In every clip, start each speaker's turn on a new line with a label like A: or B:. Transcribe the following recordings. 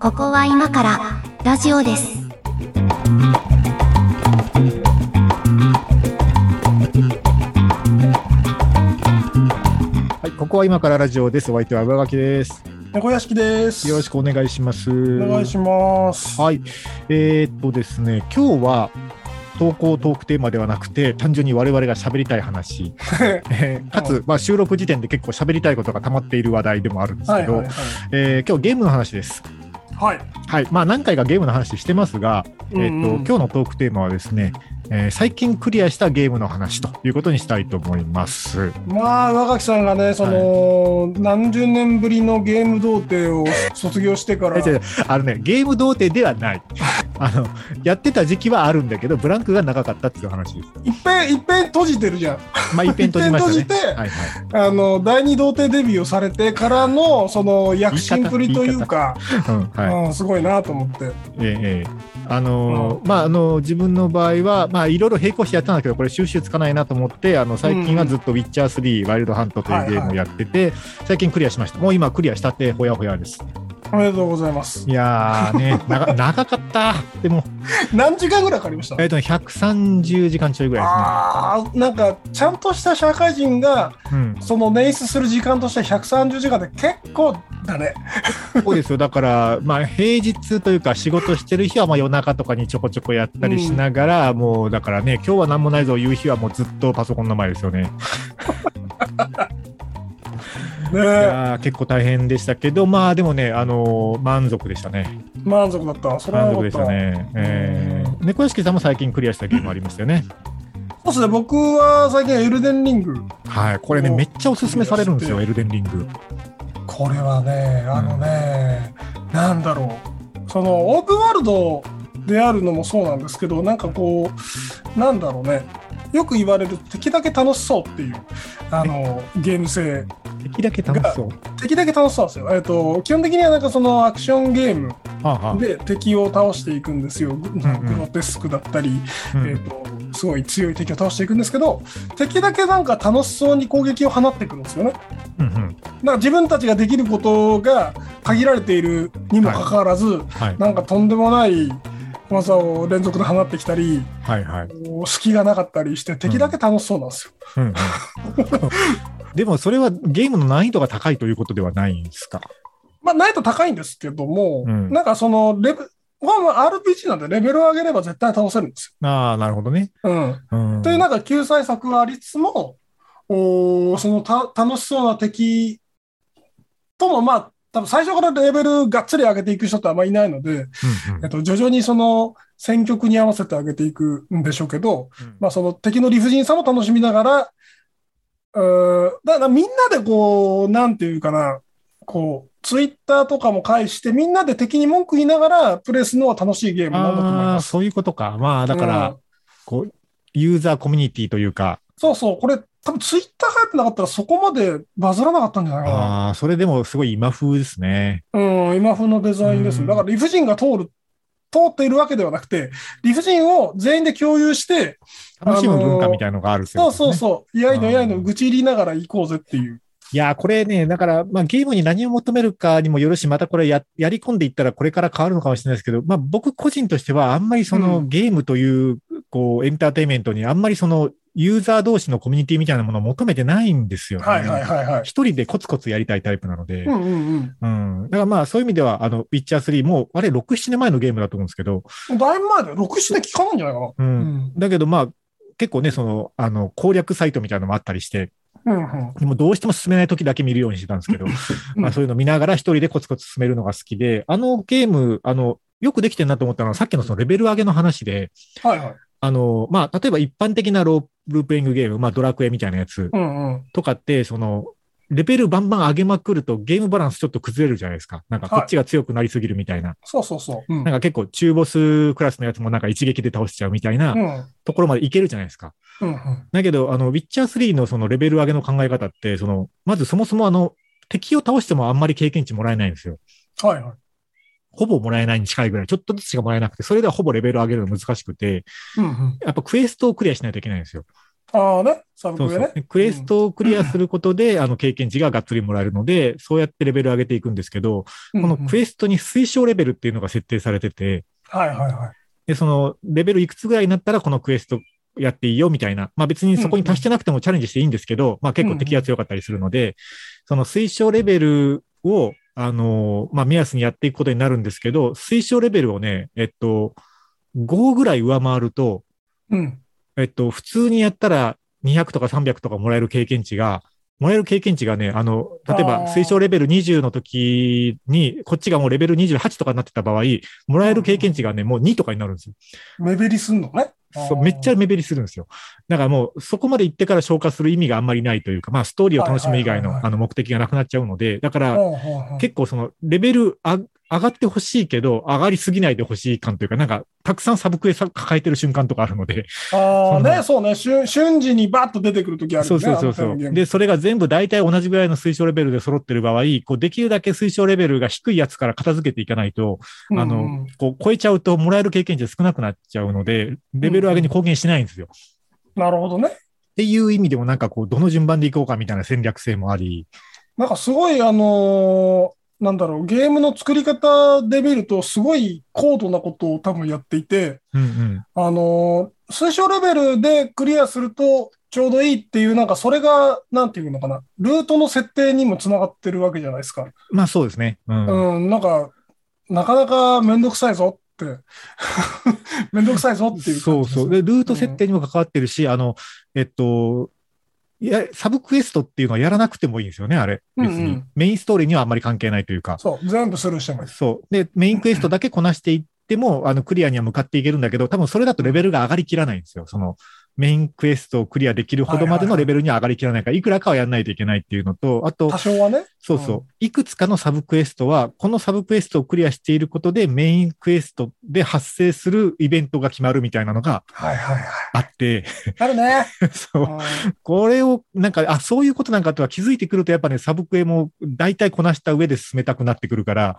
A: ここは今からラジオです。
B: はい、ここは今からラジオです。お相手は上書きです。
C: 猫屋敷です。
B: よろしくお願いします。
C: お願いします。
B: はい。えーっとですね、今日は投稿トークテーマではなくて、単純に我々が喋りたい話、えーかつ、まあ、収録時点で結構喋りたいことが溜まっている話題でもあるんです
C: は
B: け
C: い
B: ど、
C: はい
B: えー今日ゲームの話です。
C: はい。はい。
B: はい。まあ、何回かゲームの話してますが、えーっと
C: うんうん
B: 今日のトークテーマはですね、えー最近クリアしたゲームの話ということにしたいと思います。
C: まあ、上垣さんがね、その、何十年ぶりのゲーム童貞を卒業してから、
B: 違う違うあのね、ゲーム童貞ではない。 あの、やってた時期はあるんだけど、ブランクが長かったっていう話です。
C: いっぺん、いっぺん閉じてるじゃん。
B: まあ、一遍閉じましたね。
C: 一遍閉じて
B: はいはい。
C: あの、第二童貞デビューをされてからの、その、躍進ぶりというか、
B: うん、はい。
C: うん、すごいなと思って。
B: ええええあのーまあ、あのー、自分の場合は、まあ、いろいろ並行してやったんだけど、これ収集つかないなと思って、あの、最近はずっとウィッチャー3、ワイルドハントというゲームをやってて、最近クリアしました。もう今クリアしたて、ほやほやです。
C: おめでとうございます。
B: いやーね、長長かった。でも、
C: 何時間ぐらいかかりました
B: えっ、とね、130時間ちょいぐらい
C: ああ、なんか、ちゃんとした社会人が、
B: ですね。うん。
C: その捻出する時間として130時間で結構だね。
B: そうですよ。だから、まあ、平日というか、仕事してる日は、まあ、夜中とかにちょこちょこやったりしながら、もう、だからね、今日は何もないぞ、いう日は、もうずっとパソコンの前ですよね。
C: ね
B: い
C: え
B: やー結構大変でしたけど、まあ、でもね、あのー満足でしたね。
C: 満足だった。それは
B: 満
C: よ
B: 足
C: か
B: でした
C: っ。
B: たね。えー猫屋敷さんも最近クリアしたゲームありましたよね。
C: そうですね、僕は最近エルデンリング。
B: はい。これね、めっちゃおすすめされるんですよ、エルデンリング。
C: これはね、あのね、なんだろう。そのオープンワールドであるのもそうなんですけど、なんかこう、なんだろうね。よく言われる敵だけ楽しそうっていうあのゲーム性
B: 敵だけ楽しそう。
C: 敵だけ楽しそうなんですよ、えっと基本的にはなんかそのアクションゲーム
B: はあは
C: で敵を倒していくんですよグ
B: んうん
C: グロテスクだったり、
B: あう
C: え
B: ん
C: ー、とすごい強い敵を倒していくんですけど敵だけなんか楽しそうに攻撃を放っていくんですよね。
B: うんうん
C: なんか自分たちができることが限られているにもかかわらず、
B: はい。
C: なんかとんでもない技を連続で放ってきたり
B: はいはい。
C: こう隙がなかったりして敵だけ楽しそうなんですよ。
B: うんうんでも、それはゲームの難易度が高いということではないんですか
C: まあ難易度高いんですけども、
B: うん
C: なんかそのレベまあまあ RPG なんでレベルを上げれば絶対倒せるんです
B: ああ、なるほどね。
C: よ。うん、
B: うん
C: というなんか救済策はありつつも、おーそのた楽しそうな敵とも、まあ、多分最初からレベルがっつり上げていく人ってあんまりいないので、
B: うんうん
C: えっと、徐々にその戦局に合わせて上げていくんでしょうけど、まあ、その敵の理不尽さも楽しみながら、うーだからみんなでこう、なんていうかな、こう、ツイッターとかも介して、みんなで敵に文句言いながらプレイするのは楽しいゲームなんだと思い
B: ああー、
C: ます。
B: そういうことか。まあ、だか
C: う
B: ら
C: ん、
B: こう、ユーザーコミュニティというか、
C: そうそう、これ、多分ツイッター入ってなかったら、そこまでバズらなかったんじゃないか
B: ああ、それでもすごい今風ですね。
C: な。うん、今風のデザインです。
B: うん
C: だから、理不尽が通る、通っているわけではなくて、理不尽を全員で共有して、
B: 楽しむ文化みたいのがあるって
C: そ
B: こ
C: うそう
B: とですね
C: そう、いやいの
B: うん
C: いやいの愚痴入りながら行こうぜっていう。
B: いやー、これね、だから、まあ、ゲームに何を求めるかにもよるし、またこれや、やり込んでいったらこれから変わるのかもしれないですけど、まあ、僕個人としては、あんまりその、
C: う
B: ゲームという、こう、エンターテインメントに、あんまりその、ユーザー同士のコミュニティみたいなものを求めてないんですよね。
C: はいはいはいはい。
B: 一人でコツコツやりたいタイプなので。
C: うんうん
B: うん。だからまあそういう意味では、あの、ウィッチャー3も、あれ、6、7年前のゲームだと思うんですけど、
C: うん。だいぶ前だよ。6、7で聞かないんじゃないかな。
B: う。
C: うんん。
B: だけどまあ、結構ね、その、あの、攻略サイトみたいなのもあったりして、
C: うんうん。
B: でもどうしても進めない時だけ見 るようにしてたんですけど、まあそういうの見ながら一人でコツコツ進めるのが好きで、あのゲーム、あの、よくできてるなと思ったのは、さっきのそのレベル上げの話で、
C: はいはい。
B: あの、まあ、例えば一般的なロールプレイングゲーム、まあ、ドラクエみたいなやつ
C: うんうん。
B: とかって、その、レベルバンバン上げまくるとゲームバランスちょっと崩れるじゃないですか。なんかこっちが強くなりすぎるみたいな。
C: そうそうそう。うん。う
B: なんか結構中ボスクラスのやつもなんか一撃で倒しちゃうみたいなんところまでいけるじゃないですか。
C: うんうん。
B: だけど、あの、ウィッチャー3のそのレベル上げの考え方って、その、まずそもそもあの、敵を倒してもあんまり経験値もらえないんですよ。
C: はいはい。
B: ほぼもらえないに近いぐらい、ちょっとずつしかもらえなくて、それではほぼレベル上げるの難しくて、
C: うんうん。
B: やっぱクエストをクリアしないといけないんですよ。
C: ああね、サブ
B: そう
C: ク
B: そ
C: エ
B: う
C: ね。
B: クエストをクリアすることで、あの経験値ががっつりもらえるので、そうやってレベル上げていくんですけど、
C: うん
B: この
C: うん
B: クエストに推奨レベルっていうのが設定されてて、
C: はいはいはい。
B: で、そのレベルいくつぐらいになったらこのクエストやっていいよみたいな。まあ別にそこに達してなくてもチャレンジしていいんですけど、まあ結構敵が強かったりするので、その推奨レベルを、あのーまあ目安にやっていくことになるんですけど、推奨レベルをね、えっと、5ぐらい上回ると、
C: うん。
B: えっと、普通にやったら200とか300とかもらえる経験値が、もらえる経験値がね、あの、例えば
C: あー
B: 推奨レベル20の時に、こっちがもうレベル28とかになってた場合、もらえる経験値がね、もう2とかになるんですよ。
C: 目減りすんのね。
B: そうめっちゃ目減りするんですよ。だからもう、そこまで行ってから消化する意味があんまりないというか、まあ、ストーリーを楽しむ以外
C: はいはいはい
B: の
C: は
B: あの目的がなくなっちゃうので、だから、
C: 結
B: 結構その、レベルあ上がってほしいけど、上がりすぎないでほしい感というか、なんか、たくさんサブクエさ抱えてる瞬間とかあるので、
C: 構。あ
B: そ
C: あね、
B: の
C: そうね。瞬瞬時にバッと出てくるときある
B: そ
C: よ
B: う
C: ね。
B: そうそうそ
C: あの手のゲー
B: う。
C: ム
B: で、それが全部大体同じぐらいの推奨レベルで揃ってる場合、こう、できるだけ推奨レベルが低いやつから片付けていかないと、あの
C: うんうん
B: こう、超えちゃうともらえる経験値少なくなっちゃうので、レベル上げに貢献しないんですよ。
C: なるほどね。
B: っていう意味でもなんかこう、どの順番でいこうかみたいな戦略性もあり、
C: なんかすごい、あのーなんだろう、ゲームの作り方で見ると、すごい高度なことを多分やっていて、
B: うんうん。
C: あのー推奨レベルでクリアするとちょうどいいっていう、なんかそれが、なんていうのかな、ルートの設定にもつながってるわけじゃないですか。
B: まあそうですね。うん。
C: うん、なんか、なかなかめんどくさいぞって、 めんどくさいぞっていう
B: そ
C: 感
B: う
C: じですね
B: そう。で、ルート設定にも関わってるし、あの、えっと、いや、サブクエストっていうのはやらなくてもいいんですよね、あれ。別に。
C: うんうん
B: メインストーリーにはあんまり関係ないというか。
C: そう、全部スルーしてもいい。
B: そう。で、メインクエストだけこなしていっても、あの、クリアには向かっていけるんだけど、多分それだとレベルが上がりきらないんですよ。その、メインクエストをクリアできるほどまでのレベルには上がりきらないから、いくらかはやらないといけないっていうのと、あと
C: 多、少はね。
B: そうそう。いくつかのサブクエストは、このサブクエストをクリアしていることで、メインクエストで発生するイベントが決まるみたいなの が
C: はいはいはい。
B: あって、
C: あるね。
B: そうう。これを、なんか、あ、そういうことなんかとは気づいてくると、やっぱね、サブクエも大体こなした上で進めたくなってくるから、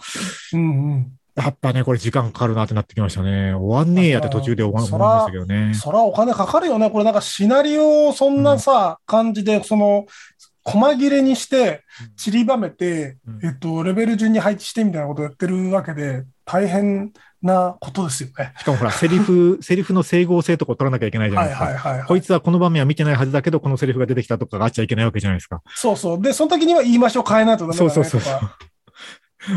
C: んうん
B: やっぱね、これ時間かかるなってなってきましたね。終わんねえやって途中で終わ
C: そ
B: 思い
C: ら
B: ましたけど
C: う
B: ね
C: ん。。そらお金かかるよね。これなんかシナリオをそんなさ、感じで、その、細切れにして、散りばめて、
B: うん
C: えっと、レベル順に配置してみたいなことやってるわけで、大変なことですよね。
B: しかもほら、セリ フ、セリフの整合性とかを取らなきゃいけないじゃな
C: はいい
B: ですか。
C: はいはいはい。
B: こいつはこの場面は見てないはずだけど、このセリフが出てきたとかがあっちゃいけないわけじゃないですか。
C: そうそう。で、その時には言いましょう変えないとダメだ
B: そ
C: ね
B: う
C: とか。
B: そうそうそう。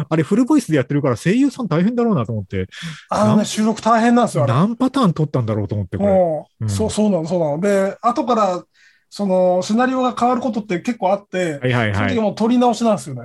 B: あれ、フルボイスでやってるから声優さん大変だろうなと思って、
C: あ
B: な
C: のね、収録大変なんですよ、あれ。
B: 何パターン撮ったんだろうと思って、これ。
C: もう、
B: うん
C: そう、そうなの、そうなの。で、後から、その、シナリオが変わることって結構あって、
B: はいはい
C: その
B: は
C: 時
B: い。
C: もう取り直しなんですよね。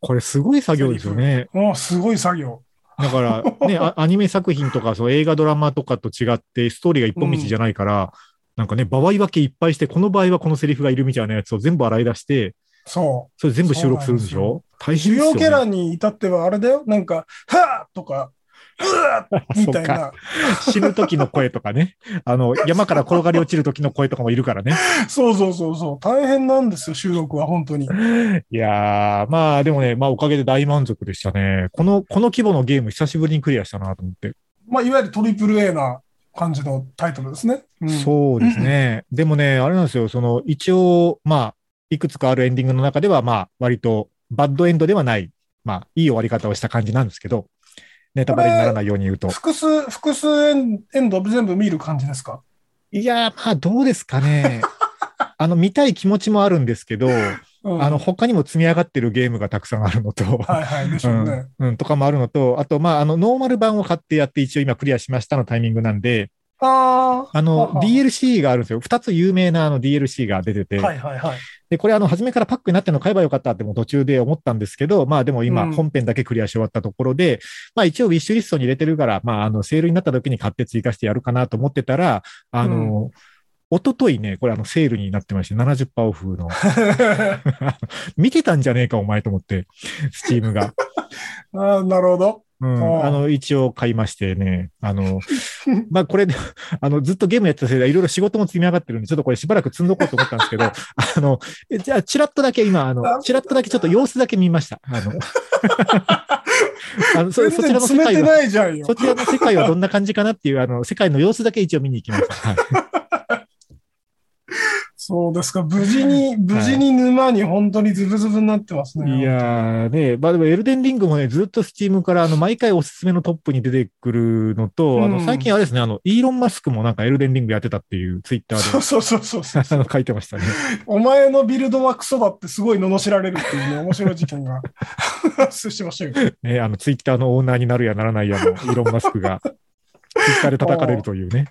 B: これすごい作業ですよね。
C: もう、すごい作業。
B: だから、ね、 あアニメ作品とか、そう映画ドラマとかと違って、ストーリーが一本道じゃないから、なんかね、場合分けいっぱいして、この場合はこのセリフがいるみたいなやつを全部洗い出して、
C: そ
B: それ全部収録するんでしょ
C: う。
B: 大変
C: 主
B: です
C: 要
B: よ、ね。
C: キャラに至ってはあれだよ。なんか、はぁとか、うわみたいな。
B: 死ぬ時の声とかね。あの、山から転がり落ちる時の声とかもいるからね。
C: そうそうそうそう。大変なんですよ、収録は、本当に。
B: いやー、まあでもね、まあおかげで大満足でしたね。この、この規模のゲーム久しぶりにクリアしたなと思って。
C: まあ、いわゆるトリプル A な感じのタイトルですね。うん
B: そうです ね。でもね、あれなんですよ、その、一応、まあ、いくつかあるエンディングの中では、まあ、割と、バッドエンドではない、まあ、いい終わり方をした感じなんですけど、ネタバレにならないように言うと。
C: 複数、複数エンエンド全部見る感じですか
B: いやー、まあ、どうですかね。 あの、見たい気持ちもあるんですけど、
C: うん
B: あの、他にも積み上がってるゲームがたくさんあるのと、
C: はいはい、でし
B: う
C: ょうんね。
B: うん、とかもあるのと、あと、まあ、あの、ノーマル版を買ってやって、一応今クリアしましたのタイミングなんで、
C: ああ。
B: あ
C: は
B: の、
C: は
B: DLC があるんですよ。二つ有名なあの DLC が出てて、
C: はいはいはい。
B: で、これ、あの、初めからパックになってるの買えばよかったってもう途中で思ったんですけど、まあ、でも
C: う
B: 今、
C: ん
B: 本編だけクリアし終わったところで、まあ、一応、ウィッシュリストに入れてるから、まあ、あの、セールになった時に買って追加してやるかなと思ってたら、あの、一昨日ね、これあのセールになってまして、70%オフの。 見てたんじゃねえか、お前と思って、スチームが。
C: あ ーなるほど。
B: うん、
C: あ
B: あの、一応買いましてね、あの、 まあ、これ、 あの、ずっとゲームやってたせいで、いろいろ仕事も積み上がってるんで、ちょっとこれしばらく積んどこうと思ったんです けど、あの、えじゃあ、チラッとだけ今、あ
C: なん
B: の、チラッとだけちょっと様子だけ見ました。あ の、あのそ
C: 全
B: そち
C: 然
B: らの世
C: 詰め
B: 界
C: て
B: は、
C: ないじゃんよ
B: そ。ちらの世界 はどんな感じかなっていう、あの、世界の様子だけ一応見に行きました。はい
C: そうですか。無事に、無事に沼に本当にズブズブになってますね。
B: いやーね、まあでもエルデンリングもね、ずっとスチームからあの毎回おすすめのトップに出てくるのと、あ
C: う
B: の
C: ん
B: 最近あれですね、あの、イーロン・マスクもなんかエルデンリングやってたっていうツイッタ
C: そ
B: ー
C: うそうそうそう。
B: であの書いてましたね。
C: お前のビルドはクソだってすごい罵られるっていうね、面白い事件が発生してましたよ。
B: ね、あのツイッターのオーナーになるやならないやのイーロン・マスクが。ツイッターで叩かれるというね。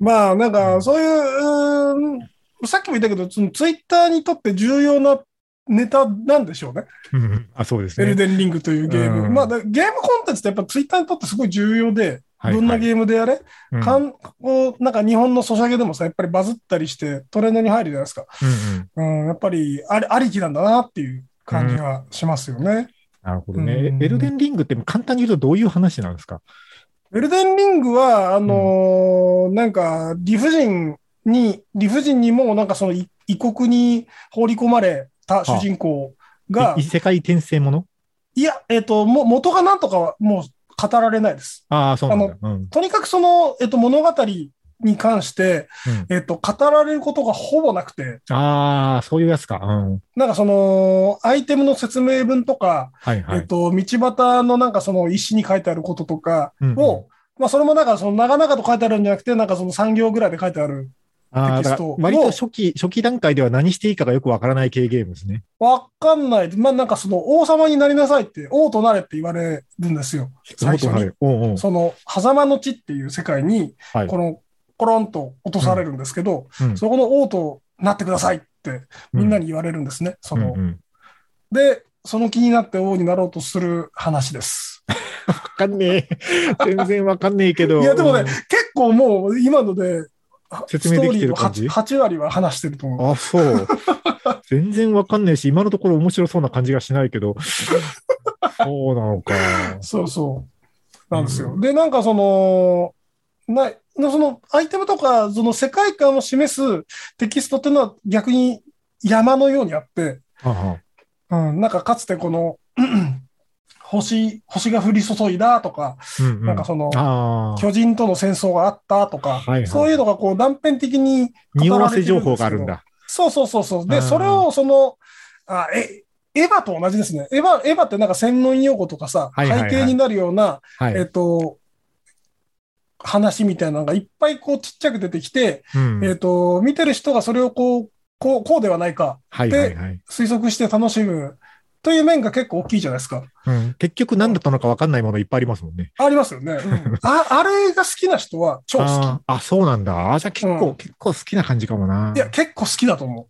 C: まあ、なん
B: う
C: か、
B: ん
C: そういう、うーんさっきも言ったけど、そのツイッターにとって重要なネタなんでしょうね。
B: うんあ、そうです
C: エル
B: ね。
C: デンリングというゲー
B: う
C: ム。
B: ん
C: まあ、だゲームコンテンツってやっぱツイッターにとってすごい重要で、
B: はい
C: どんなゲームであれ、
B: うん
C: かんこうなんか日本のソシャゲでもさ、やっぱりバズったりしてトレンドに入るじゃないですか。
B: うんうん
C: うん、やっぱりありありきなんだなっていう感じがしますよね。
B: なるほどね。
C: うん
B: エルデンリングって簡単に言うとどういう話なんですか
C: エルデンリングは、あのーなんか理不尽に、理不尽にもうなんかそのい異国に放り込まれた主人公が
B: い異、世界転生もの
C: いや、えっ、と、も元がなんとかはもう語られないです。
B: ああ、そうなんだ。うん
C: とにかくその、えっと、物語に関して、
B: うん
C: えっと、語られることがほぼなくて、
B: ああ、そういうやつか。うん。
C: なんかその、アイテムの説明文とか、
B: はいは
C: えっ
B: い。
C: と、道端のなんかその石に書いてあることとか
B: うんうん
C: を、まあそれもなんかその長々と書いてあるんじゃなくて、なんかその3行ぐらいで書いてある。
B: ああ、だ
C: テキス
B: から
C: ト
B: 割と初期、初期段階では何していいかがよくわからない系ゲームですね。
C: わかんない。まあなんかその王様になりなさいって、王となれって言われるんですよ。最初
B: そうなる
C: に。
B: ようんうん。
C: その、狭間の地っていう世界に、
B: はい
C: この、コロンと落とされるんですけど、
B: うん
C: そこの王となってくださいって、みんなに言われるんですね。その、
B: うんうん
C: で、その気になって王になろうとする話 です。
B: わかんねえ。全然わかんねえけど。
C: いや、でもね、
B: うん
C: 結構もう今ので、
B: 説明できてる感じ
C: ストーリーの 8, 8割は話してると思う。
B: あ、 そう。全然わかんないし、今のところ面白そうな感じがしない けど。そうなのか。
C: そうそう。なんですよ。
B: う
C: で、なんかその、なのそのアイテムとか、その世界観を示すテキストっていうのは逆に山のようにあって、
B: はんはん
C: うん、なんかかつてこの、00星、星が降り注いだとか、
B: うんうん
C: なんかその、
B: ああ、
C: 巨人との戦争があったとか、
B: はいはい
C: そういうのがこう断片的に
B: 匂わせ情報があるんだ。
C: そうそうそうそう。
B: う
C: で、
B: ん
C: それをその、あえ、エヴァと同じですね。エヴァ、エヴァってなんか専門用語とかさ、
B: はいはいはい
C: 背景になるような、
B: はい。
C: えっと、話みたいなのがいっぱいこうちっちゃく出てきて、
B: うん
C: えっと、見てる人がそれをこう、こう、こうではないか、
B: はいはいはい。
C: 推測して楽しむという面が結構大きいじゃないですか。
B: うん結局何だったのかわかんないものいっぱいありますもんね。
C: ありますよね。うんあ、あれが好きな人は超好
B: あ
C: き。
B: ーあ、そうなんだ。あじゃあ結構、
C: うん
B: 結構好きな感じかもな。
C: いや、結構好きだと思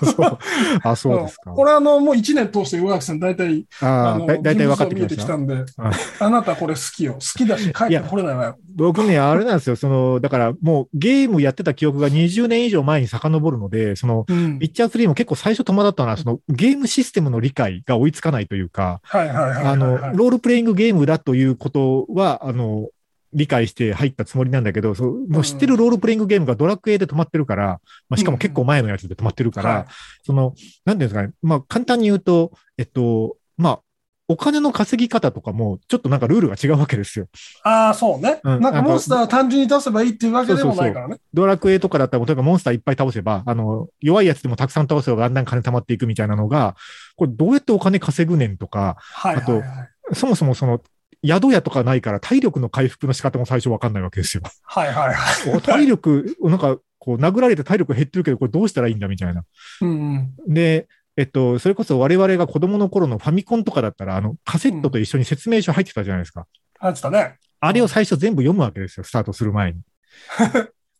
C: う。
B: そう。あ、そうですか
C: ん。俺あの、もう1年通して上垣さん大体
B: あ
C: あ
B: あ、
C: の
B: だだいたい分かって
C: 人物像
B: き
C: 見え
B: まし
C: てき
B: た
C: た。んで
B: あ、
C: あなたこれ好きよ。好きだし、帰っ
B: い
C: て
B: や
C: これないわよ。
B: 僕ね、あれなんですよ。その、だからもうゲームやってた記憶が20年以上前に遡るので、その、
C: うん
B: ピッチャー3も結構最初戸惑ったのは、そのゲームシステムの理解が追いつかないというか、
C: はいはいはいはいはい。
B: あの、ロールプレイングゲームだということは、あの、理解して入ったつもりなんだけど、そうもう知ってるロールプレイングゲームがドラクエで止まってるから、まあ、しかも結構前のやつで止まってるから、
C: はい
B: その、なんていうんですかね、まあ、簡単に言うと、えっと、まあ、お金の稼ぎ方とかも、ちょっとなんかルールが違うわけですよ。
C: ああ、そうね。
B: うん
C: なんかモンスターを単純に出せばいいっていうわけでも
B: そうそうそう
C: ないからね。
B: ドラクエとかだったら、例えばモンスターいっぱい倒せば、あの、弱いやつでもたくさん倒せば、だんだん金貯まっていくみたいなのが、これどうやってお金稼ぐねんとか、
C: はいはいはい。
B: そもそもその、宿屋とかないから体力の回復の仕方も最初わかんないわけですよ。
C: はいはいはい。
B: 体力、なんかこう殴られて体力減ってるけど、これどうしたらいいんだみたいな。
C: うんうん。
B: で、えっと、それこそ我々が子供の頃のファミコンとかだったら、あの、カセットと一緒に説明書入ってたじゃないですか。
C: あってたね。
B: あれを最初全部読むわけですよ、スタートする前に。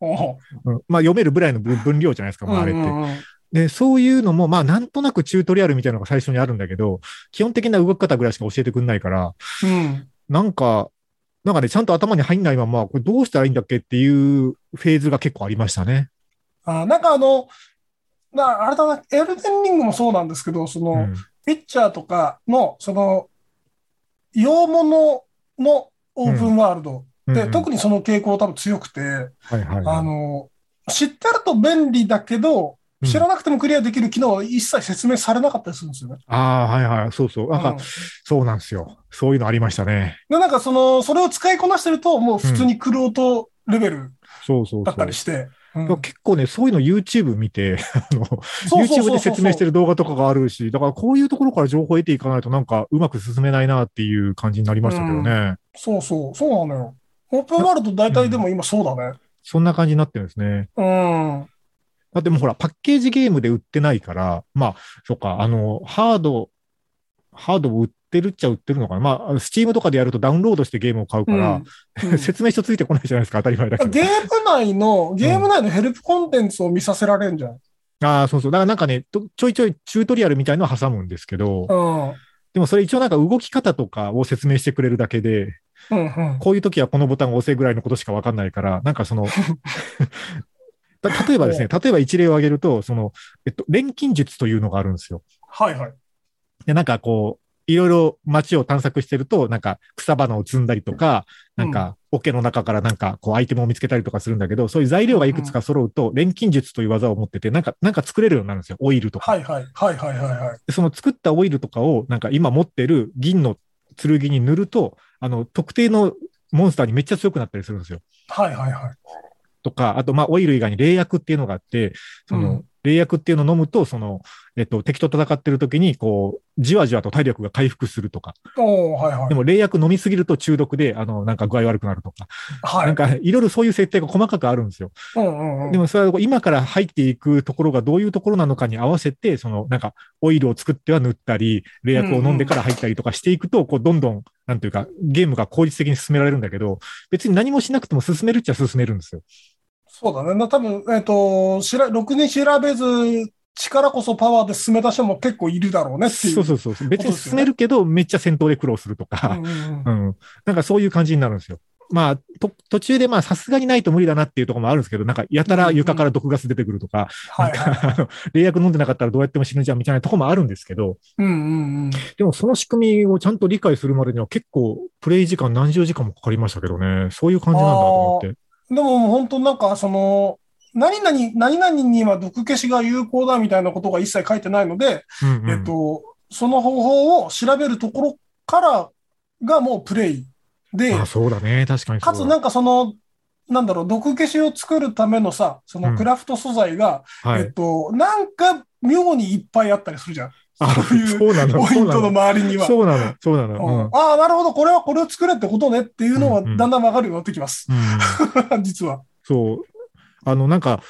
C: おお。
B: うんまあ読めるぐらいの分分量じゃないですか、もうあれって。
C: うんうんうん
B: で、そういうのも、まあなんとなくチュートリアルみたいなのが最初にあるんだけど、基本的な動き方ぐらいしか教えてくんないから、
C: うん。
B: なんか、なんかね、ちゃんと頭に入んないまま、これどうしたらいいんだっけっていうフェーズが結構ありましたね。
C: あーなんかあの、なあれだな、エルデンリングもそうなんですけど、その、
B: うん
C: ピッチャーとかの、その、洋物のオープンワールド
B: うん
C: で、
B: うん
C: 特にその傾向多分強くて、
B: はいはいはい
C: あの、知ってると便利だけど、
B: うん
C: 知らなくてもクリアできる機能は一切説明されなかったりするんですよね。
B: ああ、はいはい、そうそう。なんか、
C: うん
B: そうなんですよ。そういうのありましたね。
C: で、なんかその、それを使いこなしてると、もう普通にクロートレベル
B: そうそう
C: だっ
B: そ
C: た
B: う
C: り。して、うん
B: 結構ね、そういうの YouTube 見て、 あの、
C: そうそうそうそう
B: YouTube で説明してる動画とかがあるし、だからこういうところから情報を得ていかないとなんかうまく進めないなっていう感じになりましたけどね。
C: そうそう、そうなのよ。オープンワールド大体でも今そうだね。
B: そんな感じになってるんですね。
C: うん。うん
B: だってもうほら、パッケージゲームで売ってないから、まあ、そっか、あの、ハード、ハードを売ってるっちゃ売ってるのかな。まあ、スチームとかでやるとダウンロードしてゲームを買う から、説明書ついてこないじゃないですか、当たり前だけど。
C: ゲーム内の、ゲーム内のヘルプコンテンツを見させられるんじゃない
B: ああ、そうそう。だからなんかね、とちょいちょいチュートリアルみたいのは挟むんですけど
C: う、ん。うん、
B: でもそれ一応なんか動き方とかを説明してくれるだけで、
C: うん。
B: こういう時はこのボタンを押せぐらいのことしかわかんないから、なんかそ の、た例えばですね、例えば一例を挙げると、その、えっと、錬金術というのがあるんですよ。
C: はいはい。
B: で、なんかこう、いろいろ街を探索してると、なんか草花を摘んだりとか、なんか桶の中からなんかこうアイテムを見つけたりとかするんだけど、そういう材料がいくつか揃うと、錬金術という技を持ってて、なんか、なんか作れるようになるんですよ。オイルとか。
C: はいはい。はいはいはいはい。
B: でその作ったオイルとかを、なんか今持ってる銀の剣に塗ると、あの、特定のモンスターにめっちゃ強くなったりするんですよ。
C: はいはいはい。
B: とか、あと、まあ、オイル以外に霊薬っていうのがあって、その、
C: うん
B: 霊薬っていうのを飲むと、その、えっと、敵と戦ってる時に、こう、じわじわと体力が回復するとか、
C: おおはいはい
B: で。も霊薬飲みすぎると中毒で、あの、なんか具合悪くなるとか、
C: は
B: ないん。か、いろいろそういう設定が細かくあるんですよ。
C: うんうんうん。
B: でもそれは今から入っていくところがどういうところなのかに合わせて、そのなんかオイルを作っては塗ったり、冷薬を飲んでから入ったりとかしていくと、こうどんどん、なんていうか、ゲームが効率的に進められるんだけど、別に何もしなくても進めるっちゃ進めるんですよ。
C: そうだね。な多分えっ、と、しら、ろくに調べず、力こそパワーで進めた人も結構いるだろうねっていう。
B: そうそうそう。別に進めるけど、めっちゃ戦闘で苦労するとか、
C: うんうん
B: う
C: うん
B: ん。なんかそういう感じになるんですよ。まあ、と途中でまあ、さすがにないと無理だなっていうところもあるんですけど、なんか、やたら床から毒ガス出てくるとか、
C: はい
B: なん
C: はい。
B: か、あの冷薬飲んでなかったらどうやっても死ぬじゃんみたいなところもあるんですけど、
C: うんうんうん。
B: でもその仕組みをちゃんと理解するまでには結構プレイ時間何十時間もかかりましたけどね、そういう感じなんだと思って。
C: でも本当なんかその、何々、何々には毒消しが有効だみたいなことが一切書いてないので、
B: うんうん
C: えっと、その方法を調べるところからがもうプレイで、
B: あそうだね、確かにそ
C: か
B: うだ
C: つなんかその、なんだろう、毒消しを作るためのさ、そのクラフト素材が、
B: は
C: え
B: い
C: っ。と、なんか妙にいっぱいあったりするじゃん。
B: あ
C: そういう
B: そうなの、
C: ポイ
B: そう
C: ン
B: な
C: トの
B: の。
C: 周りには。
B: そうなの、そうなの。うん
C: うんああ、なるほど、これはこれを作れってことねっていうのは
B: うんうん
C: だんだんわかるようになってきます。
B: うん
C: 実は。
B: そう。あの、なんか、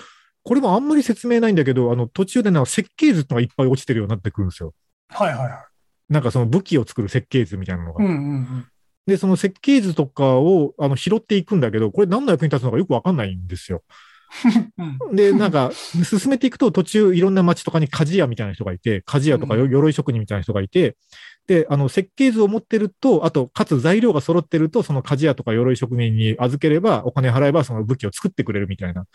B: これもあんまり説明ないんだけど、あの、途中でなんか設計図とかがいっぱい落ちてるようになってくるんですよ。
C: はいはいは
B: なんかその武器を作る設計図みたいなのが。
C: い。うんうんうん。
B: で、その設計図とかをあの拾っていくんだけど、これ何の役に立つのかよくわかんないんですよ。
C: うん
B: で、なんか、進めていくと途中いろんな町とかに鍛冶屋みたいな人がいて、鍛冶屋とかよ鎧職人みたいな人がいて、で、あの、設計図を持ってると、あと、かつ材料が揃ってると、その鍛冶屋とか鎧職人に預ければ、お金払えばその武器を作ってくれるみたいな。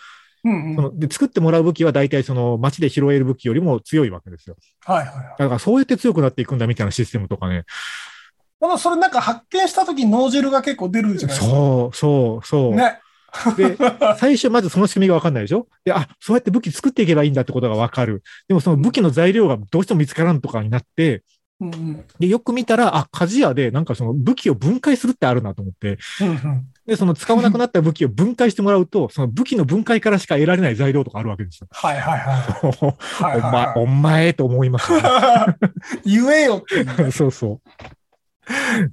C: うんうん
B: そので、作ってもらう武器は大体その町で拾える武器よりも強いわけですよ。
C: はいはいはい。
B: だからそうやって強くなっていくんだみたいなシステムとかね。
C: このそれなんか発見した時に脳汁が結構出るじゃないですか。
B: そう、そう、そう。
C: ね。
B: で、最初まずその仕組みが分かんないでしょで、あ、そうやって武器作っていけばいいんだってことが分かる。でもその武器の材料がどうしても見つからんとかになって、
C: うんうん。
B: で、よく見たら、あ、鍛冶屋でなんかその武器を分解するってあるなと思って、
C: うんうん
B: で、その使わなくなった武器を分解してもらうと、その武器の分解からしか得られない材料とかあるわけですよ。
C: はいはいはい。はい
B: お
C: はい
B: 前
C: は、い
B: お前と思いますよ
C: 言えよっていう。
B: ね。 そうそう。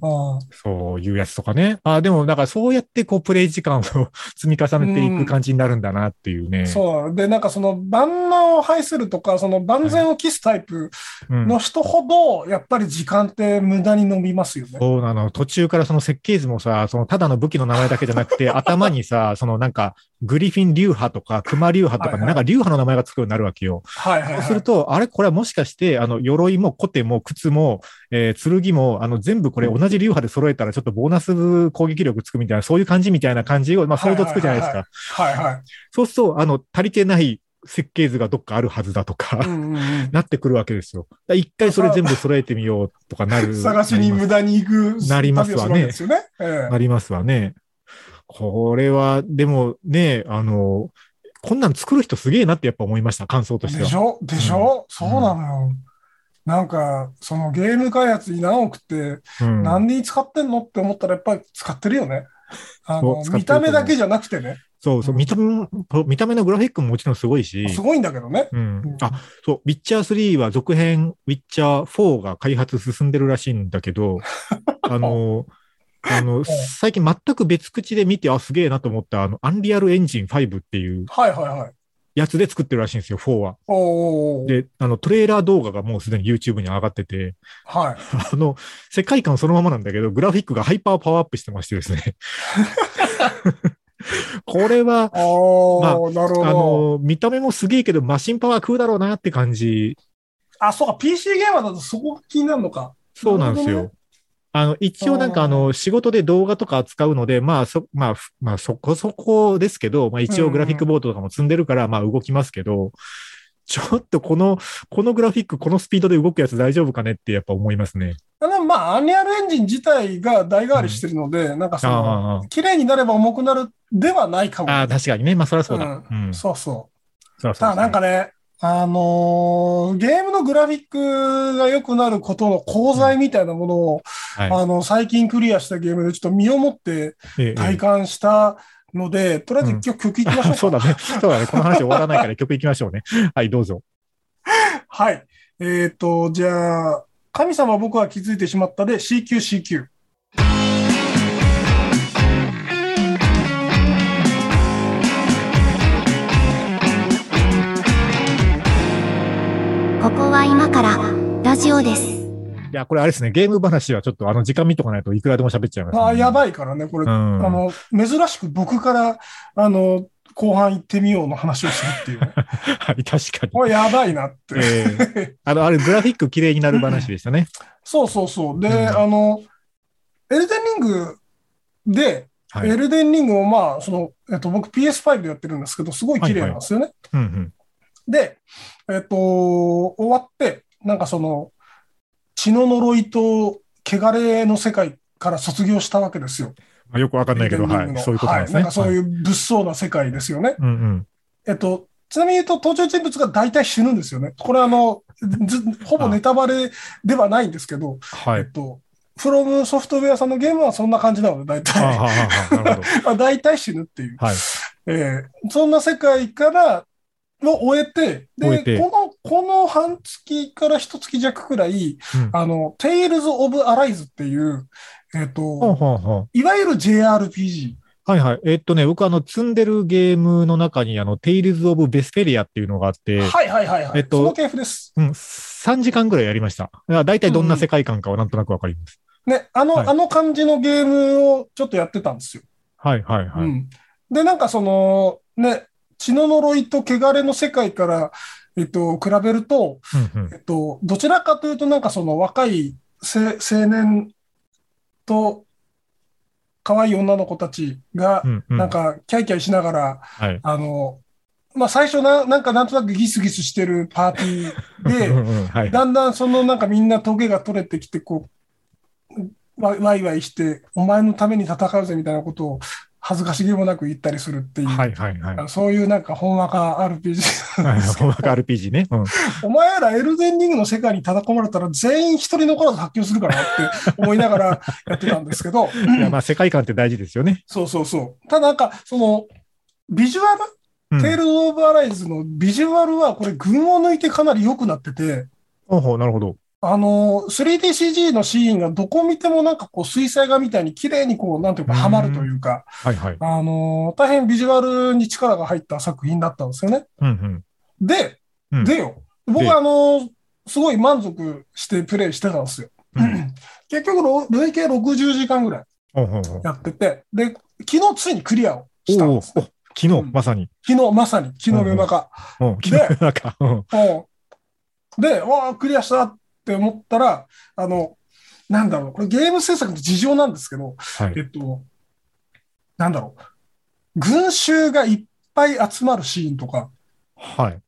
C: あ
B: そういうやつとかね。あ、でもなんかそうやってこうプレイ時間を 積み重ねていく感じになるんだなっていうね。
C: あそう。で、なんかその万能を排するとか、その万全を期すタイプ
B: うん
C: の人ほど、やっぱり時間って無駄に伸びますよね。
B: そうなの。途中からその設計図もさ、そのただの武器の名前だけじゃなく て、頭にさ、そのなんか、グリフィン流派とか、熊流派とか
C: はいは
B: ね、
C: い
B: なんか流派の名前がつくようになるわけよ。
C: はいはい
B: そう
C: は
B: する
C: い。
B: と、あれこれはもしかして、あの、鎧もコテも靴も、えー剣も、あの、全部これ同じ流派で揃えたらちょっとボーナス攻撃力つくみたいな、そういう感じみたいな感じを、まあ想像つくじゃないです
C: はい
B: か。
C: ははいはい。
B: そうすると、あの、足りてない設計図がどっかあるはずだとか
C: う、んうんうん
B: なってくるわけですよ。だから一回それ全部揃えてみようとかなる。
C: 探しに無駄に行く
B: なりますわね
C: 旅をするわけですよね。え
B: ありますわね。これは、でもね、あの、こんなん作る人すげえなってやっぱ思いました、感想と
C: え
B: して
C: でし
B: は。
C: ょでしょ、そうなのよ。なんか、そのゲーム開発に何億って、
B: うん
C: 何に使ってんのって思ったらやっぱり使ってるよね。あ
B: そう
C: の
B: 使ってる
C: 見た目だけじゃなくてね。
B: そうそう、見た目見た目のグラフィックももちろんすごいし、
C: すごいんだけどね。
B: うん、あそう、ウィッチャー3は続編、ウィッチャー4が開発進んでるらしいんだけ ど、あの、あの最近全く別口で見て、あ、すげえなと思った、あの、アンリアルエンジン5っていう
C: はいはいはい。
B: やつで作ってるらしいんですよ、4は。
C: おーおーおー
B: で、あの、トレーラー動画がもうすでに YouTube に上がってて、
C: はい。
B: あの、世界観そのままなんだけど、グラフィックがハイパーパワーアップしてましてです ね。これは、
C: あー、なる
B: あ
C: ほど。
B: の、見た目もすげえけど、マシンパワー食うだろうなって感じ
C: あ、そうか、PC ゲーマーだとそこが気になるのか。
B: そうなんです
C: なるほど
B: よ。あの、一応なんか
C: あー
B: あの、仕事で動画とか扱うので、まあそ、まあ、ふまあそこそこですけど、まあ一
C: うんう
B: 応
C: ん
B: グラフィックボードとかも積んでるから、まあ動きますけど、ちょっとこの、このグラフィック、このスピードで動くやつ大丈夫かねってやっぱ思いますね。
C: でもまあ、アンリアルエンジン自体が代替わりしてるので、なんかその、
B: あ
C: 綺麗になれば重くなるではないか
B: あ、
C: も。
B: ああ、確かにね。まあそりゃそうだ。
C: う
B: うんん。
C: そうそ
B: そりゃ
C: う。
B: そう
C: ただ
B: だ
C: なんかね、あのーゲームのグラフィックが良くなることの功罪みたいなものを、
B: はい
C: あの、最近クリアしたゲームでちょっと身をもって
B: ええ
C: 体感したので、とりあえず今日曲いきましょう
B: ええ。
C: か
B: そうだね。そうだね。この話終わらないから曲行きましょうね。はい、どうぞ。
C: はい。えっ、と、じゃあ、神様僕は気づいてしまったで CQCQ。
A: ここは今からラジオです。
B: いや、これあれですね。ゲーム話はちょっとあの、時間見とかないといくらでも喋っちゃいます、ね。
C: ああ、や
B: い。
C: ばいからね、これ、
B: うん
C: あの、珍しく僕から、あの、後半行ってみようの話をするっていう、ね。
B: はい、確かに。
C: これやばいなって。
B: ええあの、あれ、グラフィック綺麗になる話でしたね。
C: そうそうそう。で、
B: うん
C: あの、エルデンリングで、
B: はい。
C: エ
B: うん
C: ルデンリングをまあ、その、えっと、僕 PS5 でやってるんですけど、すごい綺麗なんですよね。
B: うん。
C: で、えっと、終わって、なんかその、血の呪いと汚れの世界から卒業したわけですよ。
B: まあ、よくわかんないけど、
C: エルデンリ
B: は
C: ング
B: い。
C: の
B: そういうことなんですね。
C: はい、なんかそう
B: はいいう
C: 物騒な世界ですよね。
B: うんうん。
C: えっと、ちなみに言うと、登場人物が大体死ぬんですよね。これあの、ずほぼネタバレではないんですけど、
B: は
C: えっ
B: い。
C: と、フロムソフトウェアさんのゲームはそんな感じなので、大
B: ああ、は
C: 体、
B: あはあなるほど。
C: まあ大体死ぬっていう。
B: はい。
C: えーそんな世界から、を終えて、
B: 終
C: で、
B: えて
C: この、この半月から一月弱くらい、
B: うん
C: あの、Tales of Arise っていう、えっ、
B: ほう
C: と、
B: ほうほ
C: いわゆる JRPG。
B: うはいはい。えっとね、僕、あの、積んでるゲームの中に、あの、Tales of Vesperia っていうのがあって、
C: はいはいはいはい。
B: えっと
C: その系譜です。
B: うん、3時間ぐらいやりました。だいたいどんな世界観かはなんとなくわかります。
C: ね、あの、
B: はい
C: あの感じのゲームをちょっとやってたんですよ。
B: はいはいは
C: う
B: い。
C: ん。で、なんかその、ね、血の呪いと汚れの世界から、えっと、比べると、
B: うんうん
C: えっと、どちらかというと、なんかその若いせ青年と可愛い女の子たちが
B: う、んうん。
C: なんかキャイキャイしながら、
B: はい、
C: あの、まあ、最初な、なんかなんとなくギスギスしてるパーティ
B: う
C: ー
B: んうんは
C: で、
B: い。
C: だんだんそのなんかみんなトゲが取れてきて、こう、わワイワイして、お前のために戦うぜみたいなことを恥ずかしげもなく言ったりするっていう、
B: はいはいはい
C: あ。のそういうなんか本話か RPG なん
B: はい
C: ですけ
B: ほ
C: ど
B: んわか RPG ね。うん。
C: お前らエルデンリングの世界に叩き込まれたら全員一人残らず発狂するからなって思いながらやってたんですけど、
B: い やまあ、世界観って大事ですよね。
C: そうそうそう。ただなんか、その、ビジュアル、
B: うん
C: テールズ・オブ・アライズのビジュアルはこれ群を抜いてかなり良くなってて、
B: ほうほう、なるほど。
C: あの、3DCG のシーンがどこ見てもなんかこう水彩画みたいに綺麗にこう、なんていう
B: う
C: か、
B: ん
C: はまるというか、
B: はいはい。
C: あの、大変ビジュアルに力が入った作品だったんですよね。
B: うんうん。
C: で、
B: うん
C: でよ。僕
B: で
C: はあの、すごい満足してプレイしてたんですよ。
B: うん
C: 結局ろ、累計60時間ぐらい
B: ほうほうほう
C: やってて、で、昨日ついにクリアをしたん
B: おうおうお
C: で
B: う
C: す。
B: 昨日、
C: うん
B: まさに。
C: 昨日、まさに、昨日の夜中。
B: うん昨日なんか、うん
C: うんで、わあ、クリアしたって思ったら、あの、なんだろう、これゲーム制作の事情なんですけど、
B: はい
C: えっと、なんだろう、群衆がいっぱい集まるシーンとか、
B: はい。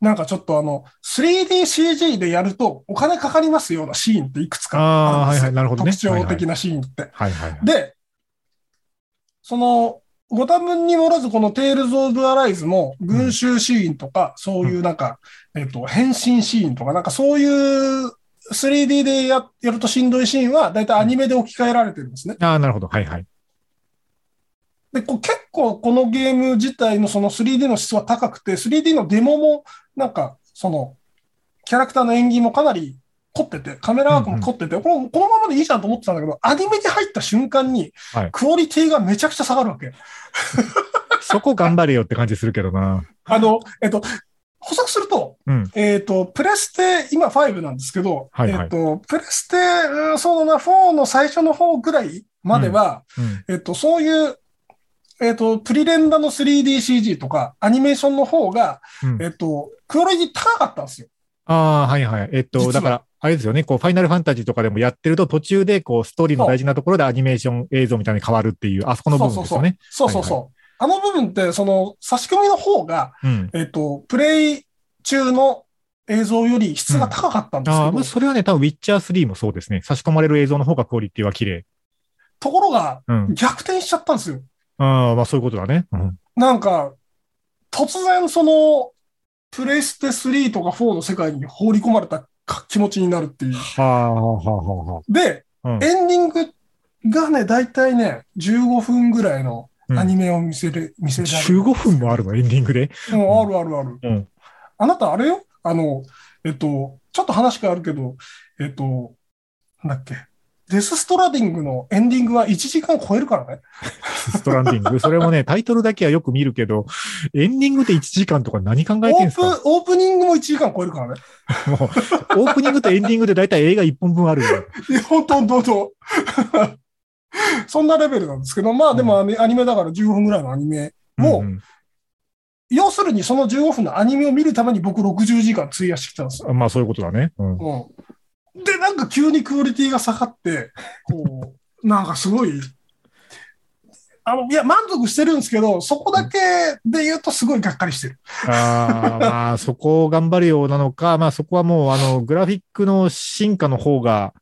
C: なんかちょっとあの、3DCG でやるとお金かかりますようなシーンっていくつか
B: ああ、
C: あ
B: はいは
C: るんで
B: い、
C: す
B: なるほ
C: よ。
B: どね。
C: 特徴的
B: な。
C: なシーンって。
B: はいはいはい。
C: で、その、ご多分にもらずこのテールズ・オブ・アライズも群衆シーンとか、そういうなんか、えっと、変身シーンとか、なんかそういう 3D でややるとしんどいシーンは、だいたいアニメで置き換えられてるんですね。
B: ああ、なるほど。はいはい。
C: で、こう結構このゲーム自体のその 3D の質は高くて、3D のデモも、なんか、その、キャラクターの演技もかなり凝ってて、カメラワークも凝ってて、このこのままでいいじゃんと思ってたんだけど、アニメに入った瞬間に
B: はい、
C: クオリティがめちゃくちゃ下がるわけ。
B: そこ頑張れよって感じするけどな。
C: あの、えっと、補足すると、
B: うん。
C: えっ、と、プレステ、今5なんですけど、
B: はいはい
C: えっ、と、プレステ、うんそうだな、4の最初の方ぐらいまでは、
B: うん。
C: えっ、と、そういう、えっ、と、プリレンダの 3DCG とか、アニメーションの方が、
B: うん
C: えっ、と、クオリティ高かったんですよ。
B: ああ、はいはい。えっ
C: 実
B: と、
C: は
B: だから、あれですよね、こう、ファイナルファンタジーとかでもやってると、途中で、こう、ストーリーの大事なところでアニメーション映像みたいに変わるっていう、あそこの部分ですよね。
C: そうそうそう。
B: は
C: あの部分って、その、差し込みの方が、
B: うん。
C: えっ、と、プレイ中の映像より質が高かったんですけ
B: あ
C: ど、
B: あ、まあそれはね、多分ウィッチャー3もそうですね。差し込まれる映像の方がクオリティは綺麗。
C: ところが、
B: うん。
C: 逆転しちゃったんですよ。
B: ああ、まあそういうことだね。うん。
C: なんか、突然その、プレステ3とか4の世界に放り込まれたか気持ちになるっていう。
B: はあ、はあ、はあ、は
C: で、
B: あ。うん
C: エンディングがね、だいたいね、15分ぐらいのアニメを見せる、見せられる。
B: 15分もあるの、エンディングで。
C: うんあるあるある。
B: うん
C: あなた、あれよあの、えっと、ちょっと話変わるけど、えっと、なんだっけ。デスストラディングのエンディングは1時間超えるからね。
B: ストランディング。それもね、タイトルだけはよく見るけど、エンディングで1時間とか何考えて
C: オ
B: ん
C: ー
B: すか
C: プオープニングも1時間超えるからね。
B: もう、オープニングとエンディングで大体映画1本分あるよ。
C: いや、本当本当本当そんなレベルなんですけど、まあでもアニアニメだから15分ぐらいのアニメ。もう、
B: ん
C: 要するにその15分のアニメを見るために僕60時間費やしてきたんですよ。
B: うんまあそういうことだね。うん。
C: うん、で、なんか急にクオリティが下がって、こう、なんかすごい、あの、いや、満足してるんですけど、そこだけで言うとすごいがっかりしてる。
B: ああ、 まあそこを頑張るようなのか、まあそこはもう、あの、グラフィックの進化の方が、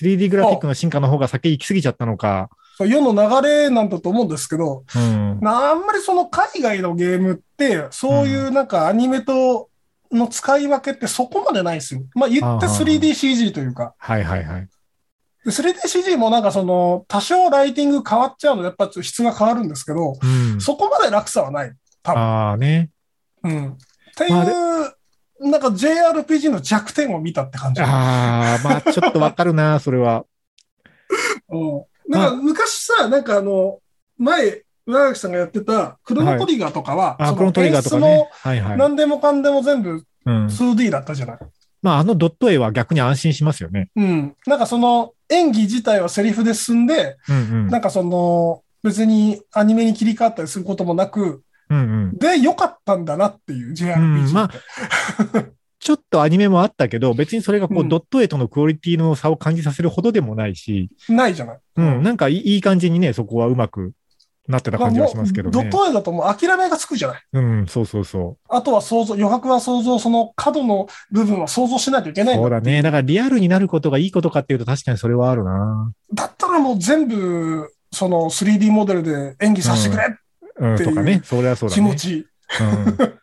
B: 3D グラフィックの進化の方が先行き過ぎちゃったのか。
C: そう世の流れなんだと思うんですけど、
B: うん。
C: なあんまりその海外のゲームって、そういうなんかアニメとの使い分けってそこまでないですよ。まあ言って
B: あー
C: 3DCG というか。
B: はいはいはい。
C: で 3DCG もなんかその多少ライティング変わっちゃうのでやっぱちょっと質が変わるんですけど、
B: うん。
C: そこまで落差はない。
B: ああね。
C: うん。ってい
B: まあ
C: う、なんか JRPG の弱点を見たって感じ。
B: ああ、まあちょっとわかる な、それは。
C: うん。なんか昔さ、なんかあの、前、上垣さんがやってたクロノトリガーとかは、
B: あ
C: そ
B: あ、
C: の
B: クロントリガーとか
C: 演出
B: ね
C: も。
B: はいはい。
C: 何でもかんでも全部
B: うん。
C: 2D だったじゃない。
B: まああのドット絵は逆に安心しますよね。
C: うん。なんかその演技自体はセリフで進んで、
B: うんうん。
C: なんかその別にアニメに切り替わったりすることもなく、
B: うんうん。
C: で、良かったんだなっていう JRPG って。
B: うんまあちょっとアニメもあったけど、別にそれがこ
C: うん
B: うドット絵とのクオリティの差を感じさせるほどでもないし、
C: ないじゃない。
B: うん、なんかいいいい感じにね、そこはうまくなってた感じはしますけど
C: まあ
B: ね
C: もう。ドット絵だともう諦めがつくじゃない。
B: うん、そうそうそ
C: あとは想像、余白は想像、その角の部分は想像しないといけ
B: う。
C: ないん
B: そう
C: だ。
B: だね。だからリアルになることがいいことかっていうと確かにそれはあるな。
C: だったらもう全部、その 3D モデルで演技させてくれ、
B: うん、とか
C: っていう
B: ね。それはそうだ
C: 気
B: ね。
C: 持ち
B: うん。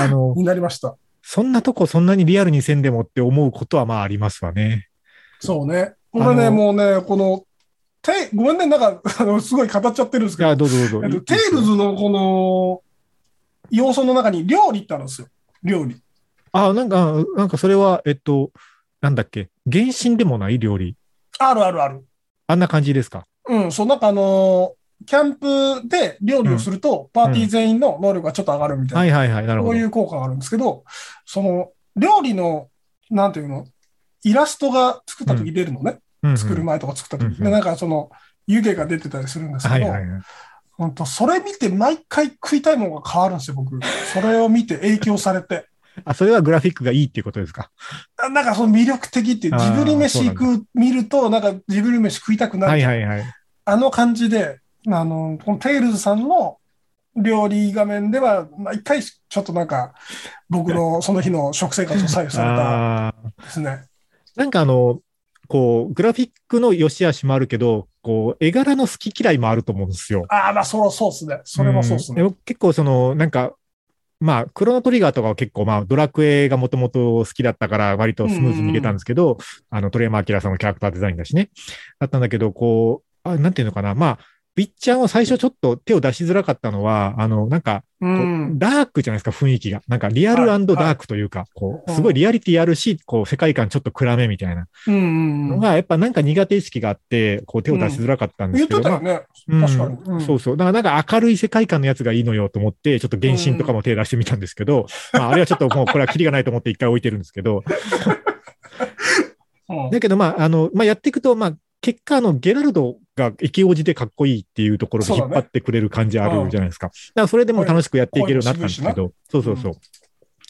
B: あの、
C: になりました。
B: そんなとこそんなにリアルにせんでもって思うことはまあありますわね。
C: そうね。
B: あの
C: 俺ね、もうね、この、て、ごめんね、なんか、あの、すごい語っちゃってるんです
B: い
C: けど
B: や、、どうぞどう
C: えっ
B: ぞ。
C: と、テイルズのこの要素の中に料理ってあるんですよ。料理。
B: あ、なんか、なんかそれは、えっと、なんだっけ。原神でもない料理。
C: あるあるある。
B: あんな感じですか。
C: うん、そう、なんかあのーキャンプで料理をすると、パーティー全員の能力がちょっと上がるみた
B: はいいはいはい。な
C: な、
B: る
C: こ
B: ほ
C: う
B: ど
C: い。う効果があるんですけど、その、料理の、なんていうの、イラストが作った時出るのね。作る前とか作った時、
B: うんうん
C: でなんかその、湯気が出てたりするんです
B: は
C: け
B: い
C: ど、
B: はいはい。
C: ほんとそれ見て毎回食いたいものが変わるんですよ、僕。それを見て影響されて。
B: あ、それはグラフィックがいいっていうことですか。
C: あなんかその魅力的っていう、
B: あ
C: ジ
B: ー
C: ブリ飯食う、見ると、なんかジブリ飯食いたくなる、
B: はいはいはい。
C: あの感じで、あの、このテイルズさんの料理画面では、まあ、一回ちょっとなんか、僕のその日の食生活を左右さ
B: あー
C: れたですね。
B: なんかあの、こう、グラフィックの良し悪しもあるけど、こう、絵柄の好き嫌いもあると思うんですよ。
C: ああ、まあ、そろそうっすね。それもそうっす
B: ん
C: ね。
B: でも結構その、なんか、まあ、クロノトリガーとかは結構、まあ、ドラクエがもともと好きだったから、割とスムーズにいけたんですけど、あの、鳥山明さんのキャラクターデザインだしね。だったんだけど、こう、あなんていうのかな、まあ、ウィッチャーも最初ちょっと手を出しづらかったのは、あの、なんか、
C: う。
B: こうんダークじゃないですか、雰囲気が。なんか、リアル
C: は
B: ダ
C: い
B: ークというか、こう、すごいリアリティあるし、こう、世界観ちょっと暗めみたいな
C: うんうんう
B: の
C: ん。
B: が、やっぱなんか苦手意識があって、こう、手を出しづらかったんで
C: 言
B: す
C: っ
B: けど、
C: てたよ
B: まあ
C: ね。
B: うん
C: 確かに。うん
B: そうそう。だからなんか明るい世界観のやつがいいのよと思って、ちょっと原神とかも手出してみたんですけど、まあ、あれはちょっともうこれはキリがないと思って一回置いてるんですけど、
C: うん
B: だけどまあ、あの、まあ、やっていくと、まあ、結果、あの、ゲラルドが駅王子でかっこいいっていうところで
C: そう
B: 引
C: だ
B: っ
C: ね
B: 張ってくれる感じあるじゃないですか。だからそれでも楽しくやっていけるようになったんですけど、そうそうそう。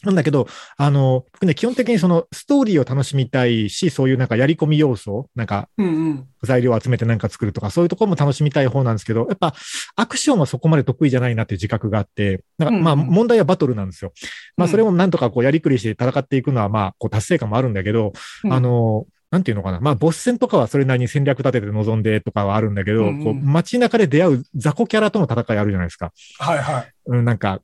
B: なんだけど、あの、僕ね、基本的にそのストーリーを楽しみたいし、そういうなんかやり込み要素、なんか
C: うんうん。
B: 材料を集めてなんか作るとか、そういうところも楽しみたい方なんですけど、やっぱアクションはそこまで得意じゃないなっていう自覚があって、なんかまあ
C: うんうん
B: 問題はバトルなんですよ。まあ
C: うん
B: それもなんとかこうやりくりして戦っていくのはまあこう達成感もあるんだけど、
C: うん
B: あの、なんていうのかな。まあ、ボス戦とかはそれなりに戦略立てて臨んでとかはあるんだけど、
C: うんうん
B: こう街中で出会う雑魚キャラとの戦いあるじゃないですか。
C: はいはい。
B: うん、なんか、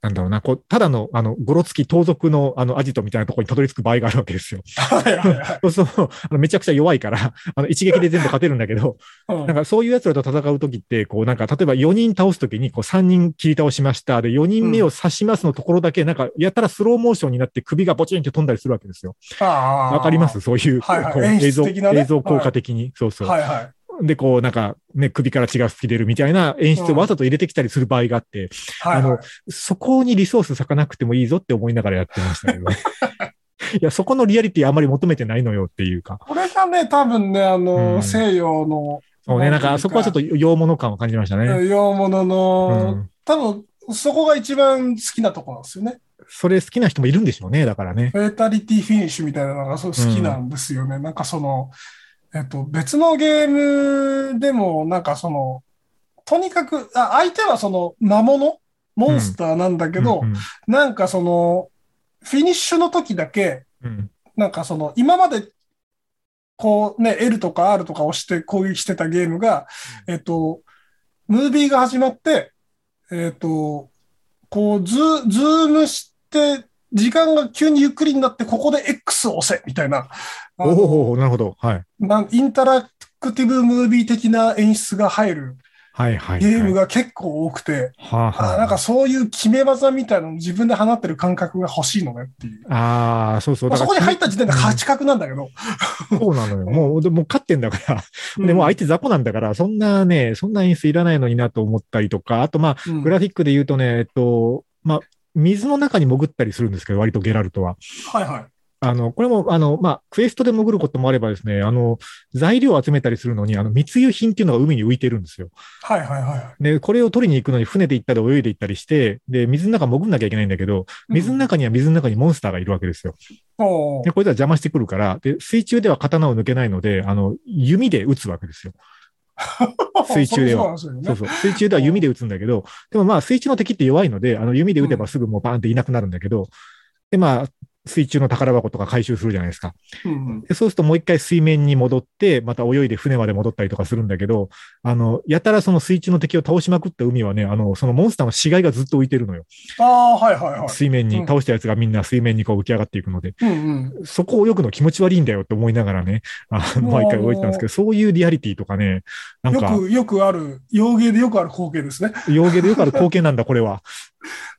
B: なんだろうな、こう、ただの、あの、ゴロつき盗賊の、あの、アジトみたいなところにたどり着く場合があるわけですよ。
C: はいはいはい。
B: そうそう、あのめちゃくちゃ弱いから、あの、一撃で全部勝てるんだけど、
C: うん
B: なんかそういう奴らと戦うときって、こうなんか例えば4人倒すときにこう3人切り倒しました。で、4人目を刺しますのところだけ、なんかやったらスローモーションになって首がボチンって飛んだりするわけですよ。
C: あー
B: わかりますそういう、
C: はいはい
B: こう
C: 演
B: 映
C: 出
B: 像、
C: 的なね
B: 映像効果的に。そうそう。
C: はいはい。
B: で、こうなんかね、首から血が吹き出るみたいな演出をわざと入れてきたりする場合があって、
C: はい
B: あ
C: はい
B: の。そこにリソース割かなくてもいいぞって思いながらやってま したけど。いや、そこのリアリティあまり求めてないのよっていうか。
C: これがね、多分ね、あの、
B: うん
C: 西洋の、
B: そうね、なんかあそこはちょっと
C: と
B: 洋物感を感じましたね。
C: 洋物
B: う
C: の、
B: ん
C: 多分そこが一番好きなとこなんですよね。
B: それ好きな人もいるんでしょうね、だからね。
C: フェータリティフィニッシュみたいなのがそう好きなんですよね。なんかその、えっと、別のゲームでも、なんかその、とにかく、あ相手はその魔物、モンスターなんだけど、
B: うん
C: なんかその、フィニッシュの時だけ、
B: うん
C: なんかその、今まで、こうね、L とか R とか押して攻撃してたゲームが、えっと、ムービーが始まって、えっと、こう、ズ、ズームして、時間が急にゆっくりになって、ここで X を押せ、みたいな、あの
B: おお、なるほど。はい。
C: なんインタラクティブムービー的な演出が入る
B: はいはい。
C: ゲーム
B: が。
C: が結構多くて、
B: はあ、は
C: あ
B: あ、
C: なんかそういう決め技みたいなの自分で放ってる感覚が欲しいのねっていう。
B: ああ、そうそう。
C: まあ
B: だか
C: そ
B: ら
C: こに入った時点で勝ち確なんだけど。
B: そうなのよ。もう、でもう勝ってんだから。でもう相手雑魚なんだから、そんなね、そんな演出いらないのになと思ったりとか、あとまあ、
C: うん
B: グラフィックで言うとね、えっと、まあ、水の中に潜ったりするんですけど、割とゲラルトは。
C: はいはい。
B: あの、これも、あの、まあ、クエストで潜ることもあればですね、あの、材料を集めたりするのに、あの、密輸品っていうのが海に浮いてるんですよ。
C: はいはいはいはい。
B: で、これを取りに行くのに船で行ったり泳いで行ったりして、で、水の中潜んなきゃいけないんだけど、水の中には水の中にモンスターがいるわけですよ。
C: おー
B: で、こいつは邪魔してくるから、で、水中では刀を抜けないので、あの、弓で撃つわけ ですよ。水中では
C: そ
B: そ
C: うそううそう
B: そう。水中では弓で撃つんだけど、でもまあ水中の敵って弱いので、あの、弓で撃てばすぐもうバーンっていなくなるんだけど、で、まあ、水中の宝箱とか回収するじゃないですか。
C: うんうん
B: でそうするともう一回水面に戻って、また泳いで船まで戻ったりとかするんだけど、あの、やたらその水中の敵を倒しまくった海はね、あの、そのモンスターの死骸がずっと浮いてるのよ。
C: ああー、はいはいはい。
B: 水面
C: う
B: に、
C: ん
B: 倒したやつがみんな水面にこう浮き上がっていくので、
C: うん
B: そこを泳ぐの気持ち悪いんだよって思いながらね、あの
C: うわー
B: 毎回泳いでたんですけど、そういうリアリティとかね、
C: う、
B: なんん
C: よ
B: か、
C: く、よくある、洋芸でよくある光景ですね。
B: 洋芸でよくある光景なんだ、これは。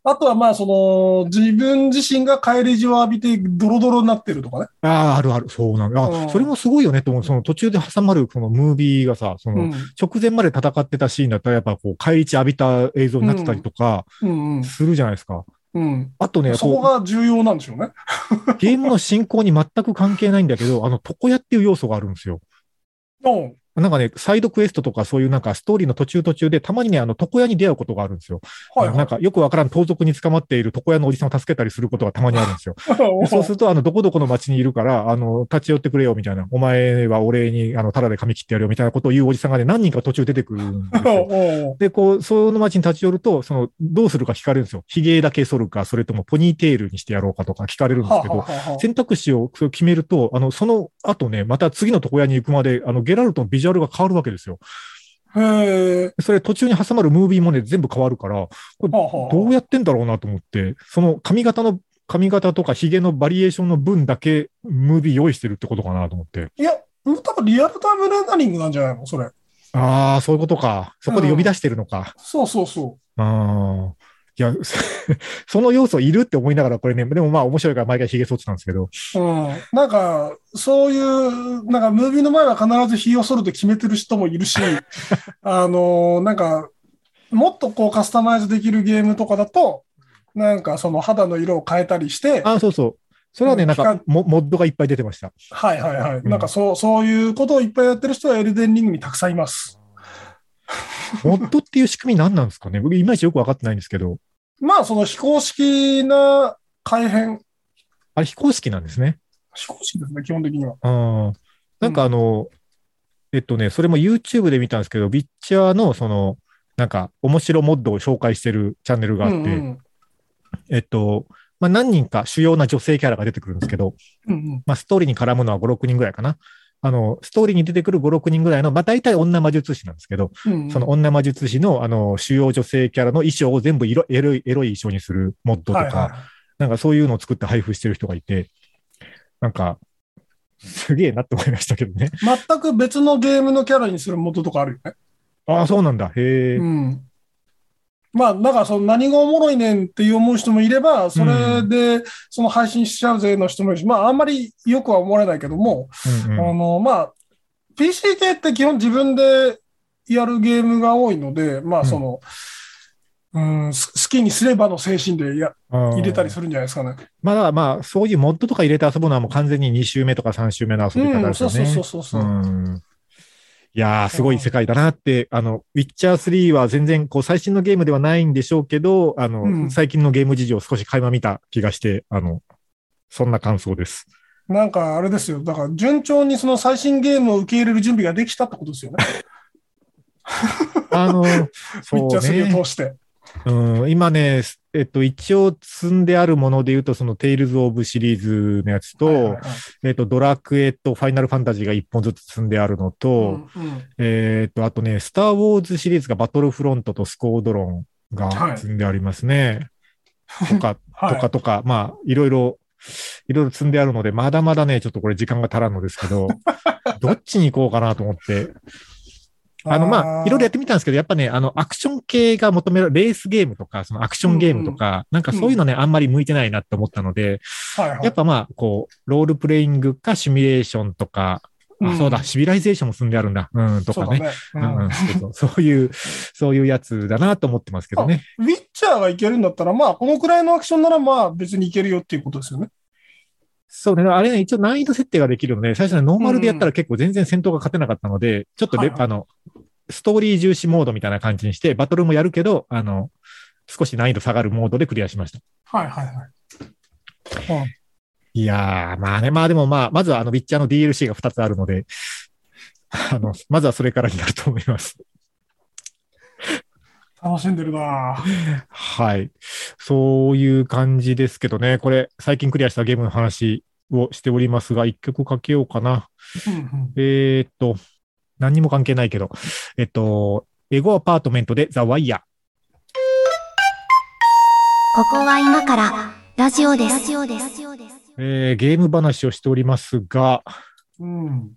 C: あとはまあ、その、自分自身が帰り血を浴びて、ドロドロになってるとかね。
B: ああ、あるある、そうなんだ。
C: う
B: あ
C: ん
B: それもすごいよねって思う。その途中で挟まるこのムービーがさ、その、
C: うん。
B: 直前まで戦ってたシーンだったら、やっぱこう、返り血浴びた映像になってたりとか、
C: うん
B: するじゃないですか。
C: うん。
B: あと
C: う
B: ね、
C: ん。そこ
B: こ
C: が重要なんでしょうね。
B: うゲームの進行に全く関係ないんだけど、あの、床屋っていう要素があるんですよ。
C: うん。
B: なんかね、サイドクエストとかそういうなんかストーリーの途中途中で、たまにね、あの、床屋に出会うことがあるんですよ。
C: はい
B: あのなんかよくわからん盗賊に捕まっている床屋のおじさんを助けたりすることがたまにあるん ですよ。
C: は
B: で
C: い。
B: そうすると、あの、どこどこの町にいるから、あの、立ち寄ってくれよみたいな、お前はお礼に、あの、タダで髪切ってやるよみたいなことを言うおじさんがね、何人か途中出てくるんですよ。
C: お
B: で、こう、その町に立ち寄ると、その、どうするか聞かれるんですよ。髭だけ剃るか、それともポニーテールにしてやろうかとか聞かれるんですけど、選択肢をそう決めると、あの、その後ね、また次の床屋に行くまで、あの、ゲラルトのビジュアルが変わるわけですよ。
C: へえ。
B: それ途中に挟まるムービーもね、全部変わるから、
C: はあはあ
B: どうやってんだろうなと思って、その髪型の、髪型とか髭のバリエーションの分だけ、ムービー用意してるってことかなと思って。
C: いや、多分リアルタイムレンダリングなんじゃないのそれ。
B: ああ、そういうことか。そこで呼び出してるのか。
C: そうそうそう。
B: ああ。いや、 そその要素いるって思いながら、これね、でもまあ面白いから毎回髭剃ってたんですけど。
C: うん、なんか、そういう、なんか、ムービーの前は必ず日を剃ると決めてる人もい るし、あのーなんか、もっとこうカスタマイズできるゲームとかだと、なんかその肌の色を変えたりして、
B: ああ、そうそう。それはね、なん
C: う
B: か
C: ん
B: モ、モッドがいっぱい出てました。
C: はいはいはい。
B: うん
C: なんかそう、そういうことをいっぱいやってる人はエルデンリングにたくさんいます。
B: モッドっていう仕組み何なんですかね僕、いまいちよく分かってないんですけど。
C: まあ、その非公式な改変、
B: あれ、非公式なんですね。
C: 非公式ですね、基本的には。
B: ああ。なんかあの、えっとね、それも YouTube で見たんですけど、ビッチャーのその、なんか、面白モッドを紹介してるチャンネルがあって、
C: うんうん
B: えっと、まあ、何人か主要な女性キャラが出てくるんですけど、
C: うん
B: まあ、ストーリーに絡むのは5、6人ぐらいかな。あの、ストーリーに出てくる5、6人ぐらいの、まあ、大体女魔術師なんですけど、
C: うんうん
B: その女魔術師の、あの、主要女性キャラの衣装を全部色エロい、エロい衣装にするモッドとか、
C: はいはい
B: なんかそういうのを作って配布してる人がいて、なんか、すげえなって思いましたけどね。
C: 全く別のゲームのキャラにする元とかあるよね。
B: ああ、そうなんだ。へえ。
C: うん。まあ、なんかその何がおもろいねんって思う人もいれば、それでその配信しちゃうぜの人もいるし、まあ、あんまりよくは思われないけども、
B: うんうん
C: あの、まあ、PC 系って基本自分でやるゲームが多いので、まあ、その、うん、す好きにすればの精神でや
B: あー
C: 入れたりするんじゃないですかね。
B: まあだからまあ、そういうモッドとか入れて遊ぶのはもう完全に2周目とか3周目の遊び方
C: う
B: で
C: ん、
B: す
C: そう
B: よ
C: そう
B: ね
C: そう。そうそう。
B: うんいやー、すごい世界だなって、あの、ウィッチャー3は全然、こう、最新のゲームではないんでしょうけど、あの、
C: うん
B: 最近のゲーム事情を少し垣間見た気がして、あの、そんな感想です。
C: なんかあれですよ。だから順調にその最新ゲームを受け入れる準備ができたってことですよね。
B: あの、
C: ウィッチャ
B: そう
C: ー3
B: ね
C: を通して。
B: うん、今ね、えっと、一応積んであるもので言うと、その、テイルズ・オブ・シリーズのやつと、
C: はいはいはい
B: えっと、ドラクエとファイナルファンタジーが1本ずつ積んであるのと、
C: うんうん
B: えーっと、あとね、スター・ウォーズシリーズがバトルフロントとスコードロン
C: は
B: が
C: い
B: 積んであります ね。とか、
C: はい
B: とかとか、まあ、いろいろ、いろいろ積んであるので、まだまだね、ちょっとこれ時間が足らんのですけ ど、どっちに行こうかなと思って。あの、まあ、いろいろやってみたんですけど、やっぱね、あの、アクション系が求められる、レースゲームとか、そのアクションゲームとか、なんかそういうのね、あんまり向いてないなって思ったので、
C: はいはい
B: やっぱまあ、こう、ロールプレイングかシミュレーションとか、あ、そうだ、シビライゼーションも積んであるんだ、うん、と
C: そう
B: か
C: だ
B: ね。
C: ね。う
B: うん
C: ん
B: うんそうそうそういう、そういうやつだなと思ってますけどね。
C: ウィッチャーがいけるんだったら、まあ、このくらいのアクションなら、まあ、別にいけるよっていうことですよね。
B: そうね。あれね、一応難易度設定ができるので、最初ね、ノーマルでやったら結構全然戦闘が勝てなかったので、ちょっとレ、
C: はいはい
B: あの、ストーリー重視モードみたいな感じにして、バトルもやるけど、あの、少し難易度下がるモードでクリアしました。
C: はいはいはい。うん
B: いやー、まあね、まあでもまあ、まずはあの、ウィッチャーの DLC が2つあるので、あの、まずはそれからになると思います。
C: 楽しんでるなぁ
B: はい。そういう感じですけどね、これ、最近クリアしたゲームの話をしておりますが、一曲かけようかな。
C: うんうん
B: えーっと、何にも関係ないけど、えっと、エゴアパートメントでザ・ワイヤ
A: ここは今からラジオです。ラジオです。
B: ー、えーゲーム話をしておりますが、
C: うん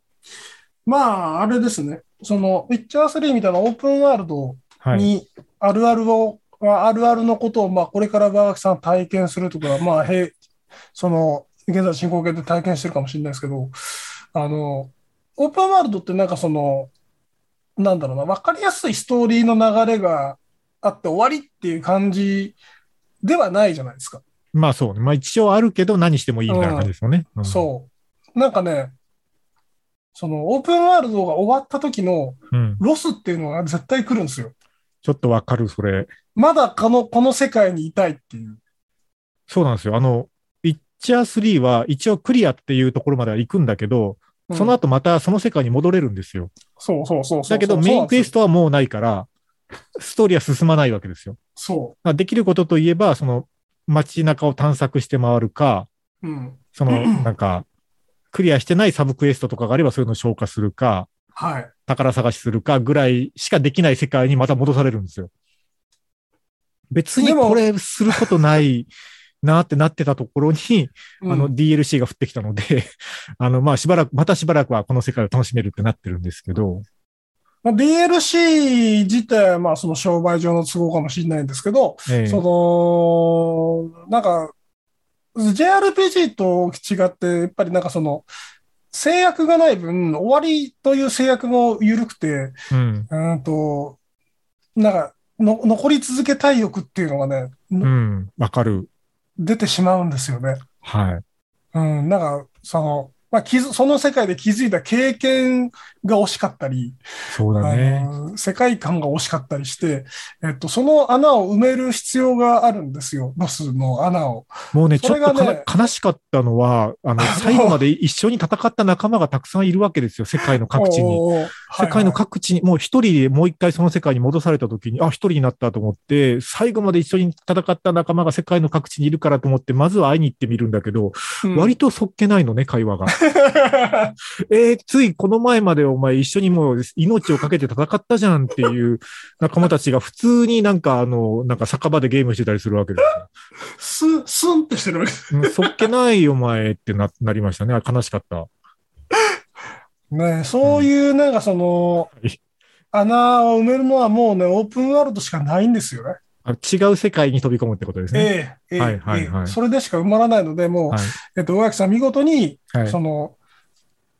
C: まあ、あれですね。その、ウィッチャー3みたいなオープンワールド
B: はい。
C: に、あるあるを、ああるあるのことを、まあ、これからバークさん体験するとか、まあ、へいその、現在進行形で体験してるかもしれないですけど、あの、オープンワールドってなんかその、なんだろうな、わかりやすいストーリーの流れがあって終わりっていう感じではないじゃないですか。
B: まあそうね。まあ一応あるけど何してもいいみたいな感じですよね。うん
C: そう。なんかね、その、オープンワールドが終わった時の
B: うん。
C: ロスっていうのが絶対来るんですよ。
B: ちょっとわかる、それ。
C: まだこの、この世界にいたいっていう。
B: そうなんですよ。あの、ウィッチャー3は一応クリアっていうところまでは行くんだけど、
C: うん
B: その後またその世界に戻れるんですよ。
C: そうそうそうそう。
B: だけど
C: そう
B: メインクエス
C: ト。
B: トはもうないから、ストーリーは進まないわけですよ。
C: そ
B: まあできることといえば、その街中を探索して回るか、
C: う。うん。
B: その、なんか、クリアしてないサブクエストとかがあれば、そういうのを消化するか、
C: はい。
B: 宝探しするかぐらいしかできない世界にまた戻されるんですよ。別に
C: でも
B: これすることないなってなってたところに、あ
C: う
B: の
C: ん
B: DLC が降ってきた ので、あの、まあしばらく、またしばらくはこの世界を楽しめるってなってるんですけど、
C: まあ、DLC 自体はまあその商売上の都合かもしれないんですけど、
B: ええ
C: その、なんか、JRPG と違って、やっぱりなんかその、制約がない分、終わりという制約も緩くて、
B: うん
C: うーんと、なんかの、残り続けたい欲っていうのがね、
B: うん、わかる。
C: 出てしまうんですよね。
B: はい。
C: うん、なんか、その、まあ、気づその世界で気づいた経験が惜しかったり、
B: そうだね。
C: あの世界観が惜しかったりして、えっと、その穴を埋める必要があるんですよ、ロスの穴を。
B: もうね、ち
C: そ
B: ょっ
C: れが
B: と
C: ね
B: かな、悲しかったのは、あの、最後まで一緒に戦った仲間がたくさんいるわけですよ、世界の各地に。
C: おーおー
B: 世界の
C: はい
B: 各地に、もう一人でもう一回その世界に戻された時に、あ、一人になったと思って、最後まで一緒に戦った仲間が世界の各地にいるからと思って、まずは会いに行ってみるんだけど、
C: はい
B: 割とそっけないのね、会話が。
C: う
B: えー、ついこの前までお前一緒にもう命をかけて戦ったじゃんっていう仲間たちが普通になんかあの、なんか酒場でゲームしてたりするわけですよ。
C: ん ス、スンってしてるわけ。
B: うんそっけないよお前ってな、なりましたね。あ悲しかった。
C: ねそういう、なんかその
B: はい、
C: 穴を埋めるのはもうね、オープンワールドしかないんですよね。
B: あ違う世界に飛び込むってことですね。
C: ええ、ええ
B: はいはいはい
C: ええそれでしか埋まらないので、もう、
B: はい
C: えっと、大垣さん見事に、
B: はい
C: その、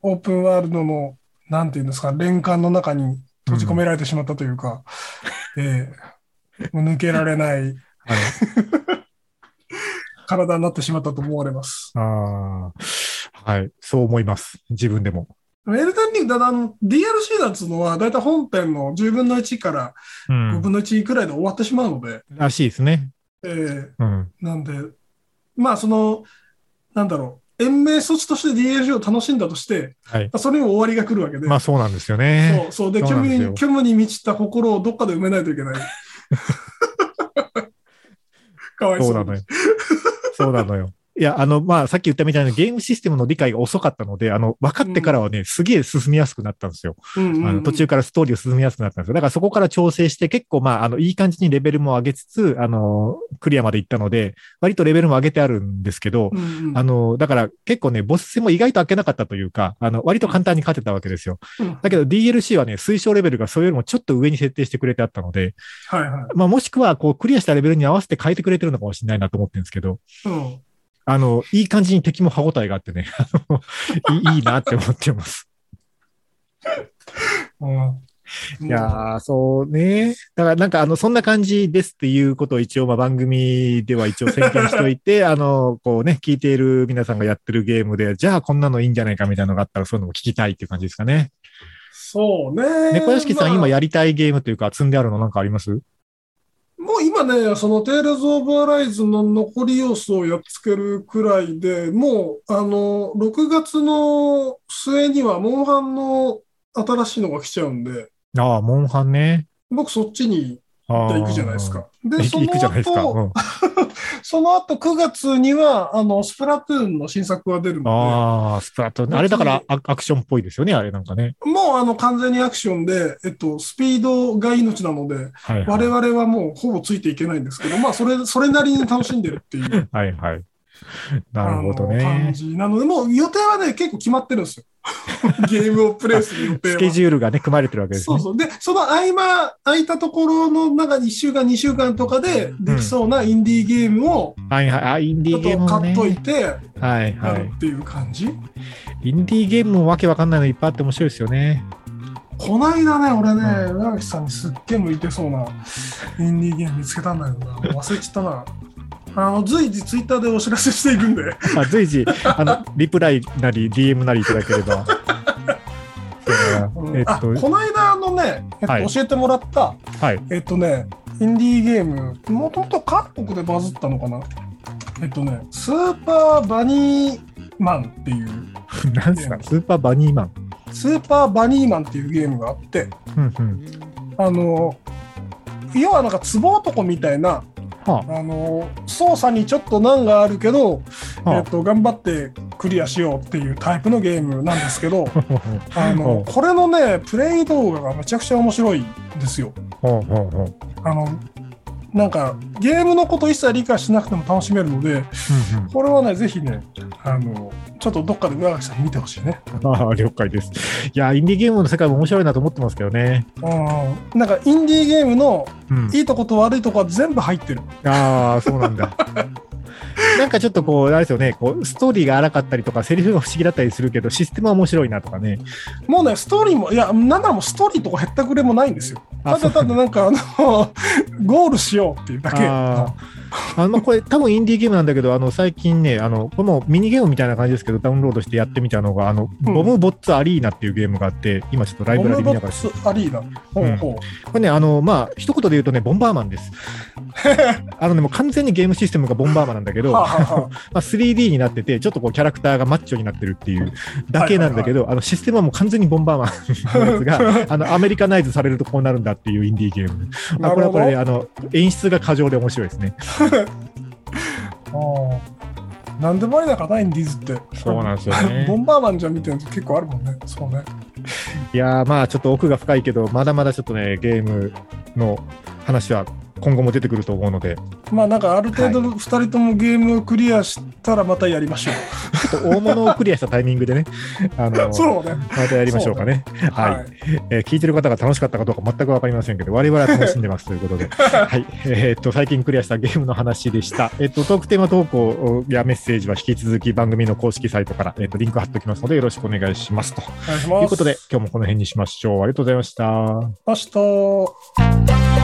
C: オープンワールドの、なんていうんですか、連環の中に閉じ込められてしまったという か、ええもう抜けられない
B: はい
C: 体になってしまったと思われます。
B: ああ、はい。そう思います。自分でも。
C: エルデンリング、ただあの、DLC だっつうのは、だいたい本編の10分の1から
B: う
C: 5
B: ん。
C: 分の1くらいで終わってしまうので、
B: らしいですね。
C: ええ
B: うん。
C: なんで、まあ、その、なんだろう、延命措置として DLC を楽しんだとして、
B: はい。
C: それにも終わりが来るわけで、
B: まあそうなんですよね。
C: そうそうで
B: そうな
C: 虚
B: ん
C: 無
B: です
C: に
B: よ
C: 虚無に満ちた心をどっかで埋めないと いけない。かわい
B: そ
C: そうう
B: なのよ。そうなのよ。いや、あの、まあ、さっき言ったみたいなゲームシステムの理解が遅かったので、あの、分かってからはね、すげえ進みやすくなったんですよ。
C: うんうんうん
B: あの途中からストーリーを進みやすくなったんですよ。だからそこから調整して、結構、まあ、あの、いい感じにレベルも上げつつ、あの、クリアまで行ったので、割とレベルも上げてあるんですけど、
C: うんうん
B: あの、だから結構ね、ボス戦も意外と開けなかったというか、あの、割と簡単に勝てたわけですよ。
C: うん
B: だけど DLC はね、推奨レベルがそれよりもちょっと上に設定してくれてあったので、
C: はいは
B: まあもしくはこうクリアしたレベルに合わせて変えてくれてるのかもしれないなと思ってるんですけど、
C: い。うん
B: あの、いい感じに敵も歯応えがあってね、 あのいいいいなって思ってます。
C: うん
B: いやー、そうね。だからなんかあの、そんな感じですっていうことを一応まあ番組では一応宣言しておい て、あの、こうね、聞いている皆さんがやってるゲームで、じゃあこんなのいいんじゃないかみたいなのがあったらそういうのも聞きたいっていう感じですかね。
C: そうね。
B: 猫屋敷さん、
C: まあ
B: 今やりたいゲームというか積んであるのなんかあります
C: もう今ね、そのテールズ・オブ・アライズの残り要素をやっつけるくらいで、もう、あの、6月の末には、モンハンの新しいのが来ちゃうんで、
B: ああ、モンハンね。
C: 僕そっちに
B: ああ
C: 行くじゃないです。か。で、
B: 行
C: そ
B: く
C: の
B: 行くじゃないですか。
C: 後
B: うん
C: その後9月には、あの、スプラトゥーンの新作が出るの
B: ああ、スプラトゥーン。あれだからアアクションっぽいですよね、あれなんかね。
C: で、もうあの、完全にアクションで、えっと、スピードが命なので、
B: はい、は
C: 我
B: い。
C: 々はもうほぼついていけないんですけど、まあ、それ、それなりに楽しんでるっていう、
B: はいはい。な
C: あ
B: るほ
C: の、
B: ど
C: 感
B: ね。
C: じなので、もう予定はね、結構決まってるんですよ。ゲームをプレイする予定
B: ス
C: は。
B: ケジュールがね、組まれてるわけです
C: そう
B: ね。
C: そう。で、その合間、空いたところの中に1週間、2週間とかでできそうなインディーゲームを、
B: はいはい。あ、インデ
C: ち
B: ィー
C: ょっ
B: ゲー
C: と
B: ムも
C: 買っとい
B: ね。
C: て、
B: はい
C: や
B: は
C: る
B: い。
C: っていう感じ。
B: インディーゲームもわけわかんないのいっぱいあって面白いですよね。
C: こないだね、俺ね、
B: う
C: 浦垣さんにすっげえ向いてそうなインディーゲーム見つけたんだけどな、忘れちゃったな。あの、随時ツイッターでお知らせしていくんで、
B: あ随 時、あの、リプライなり DM なりいただければ。そう
C: うん
B: だなえっ
C: あ、
B: と、
C: こないだのね、えっと
B: はい
C: 教えてもらった、
B: はい。
C: えっとね、インディーゲーム、もともと各国でバズったのかなえっとね、スーパーバニーマンっていう、
B: なんすか、スーパーバニーマン。
C: スーパーバニーマンっていうゲームがあって、
B: うんうん。
C: あの、要はなんか壺男みたいな、
B: は
C: あの操作にちょっと難があるけど、
B: あ、
C: えっ
B: は
C: と頑張ってクリアしようっていうタイプのゲームなんですけ ど
B: あ。ほう
C: あのこれのねプレイ動画がめちゃくちゃ面白いんですよ。
B: ほうほうほう。
C: あのなんか、ゲームのこと一切理解しなくても楽しめるので、これはね、ぜひね、あの、ちょっとどっかで上垣さんに見てほしいね。
B: ああ、了解です。いや、インディーゲームの世界も面白いなと思ってますけどね。
C: うん。なんか、インディーゲームの
B: うん、
C: いいとこと悪いとこは全部入ってる。
B: ああ、そうなん だ。なんかちょっとこう、あれですよね、こうストーリーが荒かったりとか、セリフが不思議だったりするけど、システムは面白いなとかね。
C: もうね、ストーリーも、いや、なんならもうストーリーとかへったくれもないんですよ。
B: あ
C: ただただなんか、あの、 ゴールしようっていうだけ。
B: ああのこれ、多分インディーゲームなんだけど、あの最近ね、あのこれもミニゲームみたいな感じですけど、ダウンロードしてやってみたのが、あの
C: うん
B: ボムボッツアリーナっていうゲームがあって、今ちょっとライ
C: ゴ
B: ブラリ
C: ム
B: 見な
C: ボ
B: が
C: ッ
B: ら、
C: クスアリーナ。ほうほう。
B: これね、あのまあ一言で言うとね、ボンバーマン です。あのね、もう完全にゲームシステムがボンバーマンなんだけど、
C: はあ
B: ま
C: はあは
B: あ、3D になってて、ちょっとこうキャラクターがマッチョになってるっていうだけなんだけど、あのシステムはもう完全にボンバーマンのやつが あのアメリカナイズされるとこうなるんだっていうインディーゲーム。
C: あ
B: まあ
C: な
B: これ
C: る
B: は
C: ほ
B: こ
C: ど
B: れで、。あの演出が過剰で面白いですね。
C: ああなんでもありだからな、インディーズって。
B: んですよ
C: ボンバーマンじゃ見てるの結構あるもんね。そうね。
B: いやーまあちょっと奥が深いけど、まだまだちょっとね、ゲームの話は今後も出てくると思うので、
C: まあなんかある程度2人ともゲームをクリアしたらまたやりましょう。
B: ちょっと大物をクリアしたタイミング でね、あの
C: そうね。
B: またやりましょうかね。はい、えー聞いてる方が楽しかったかどうか全く分かりませんけど、我々は楽しんでますということ で、はいえーっと最近クリアしたゲームの話でした、えっとトークテーマ投稿やメッセージは引き続き番組の公式サイトから、えっとリンク貼っておきますので、よろしくお願いしますと
C: お願いし
B: と
C: ます。
B: いうことで、今日もこの辺にしましょう。ありがとうございました。
C: 明日。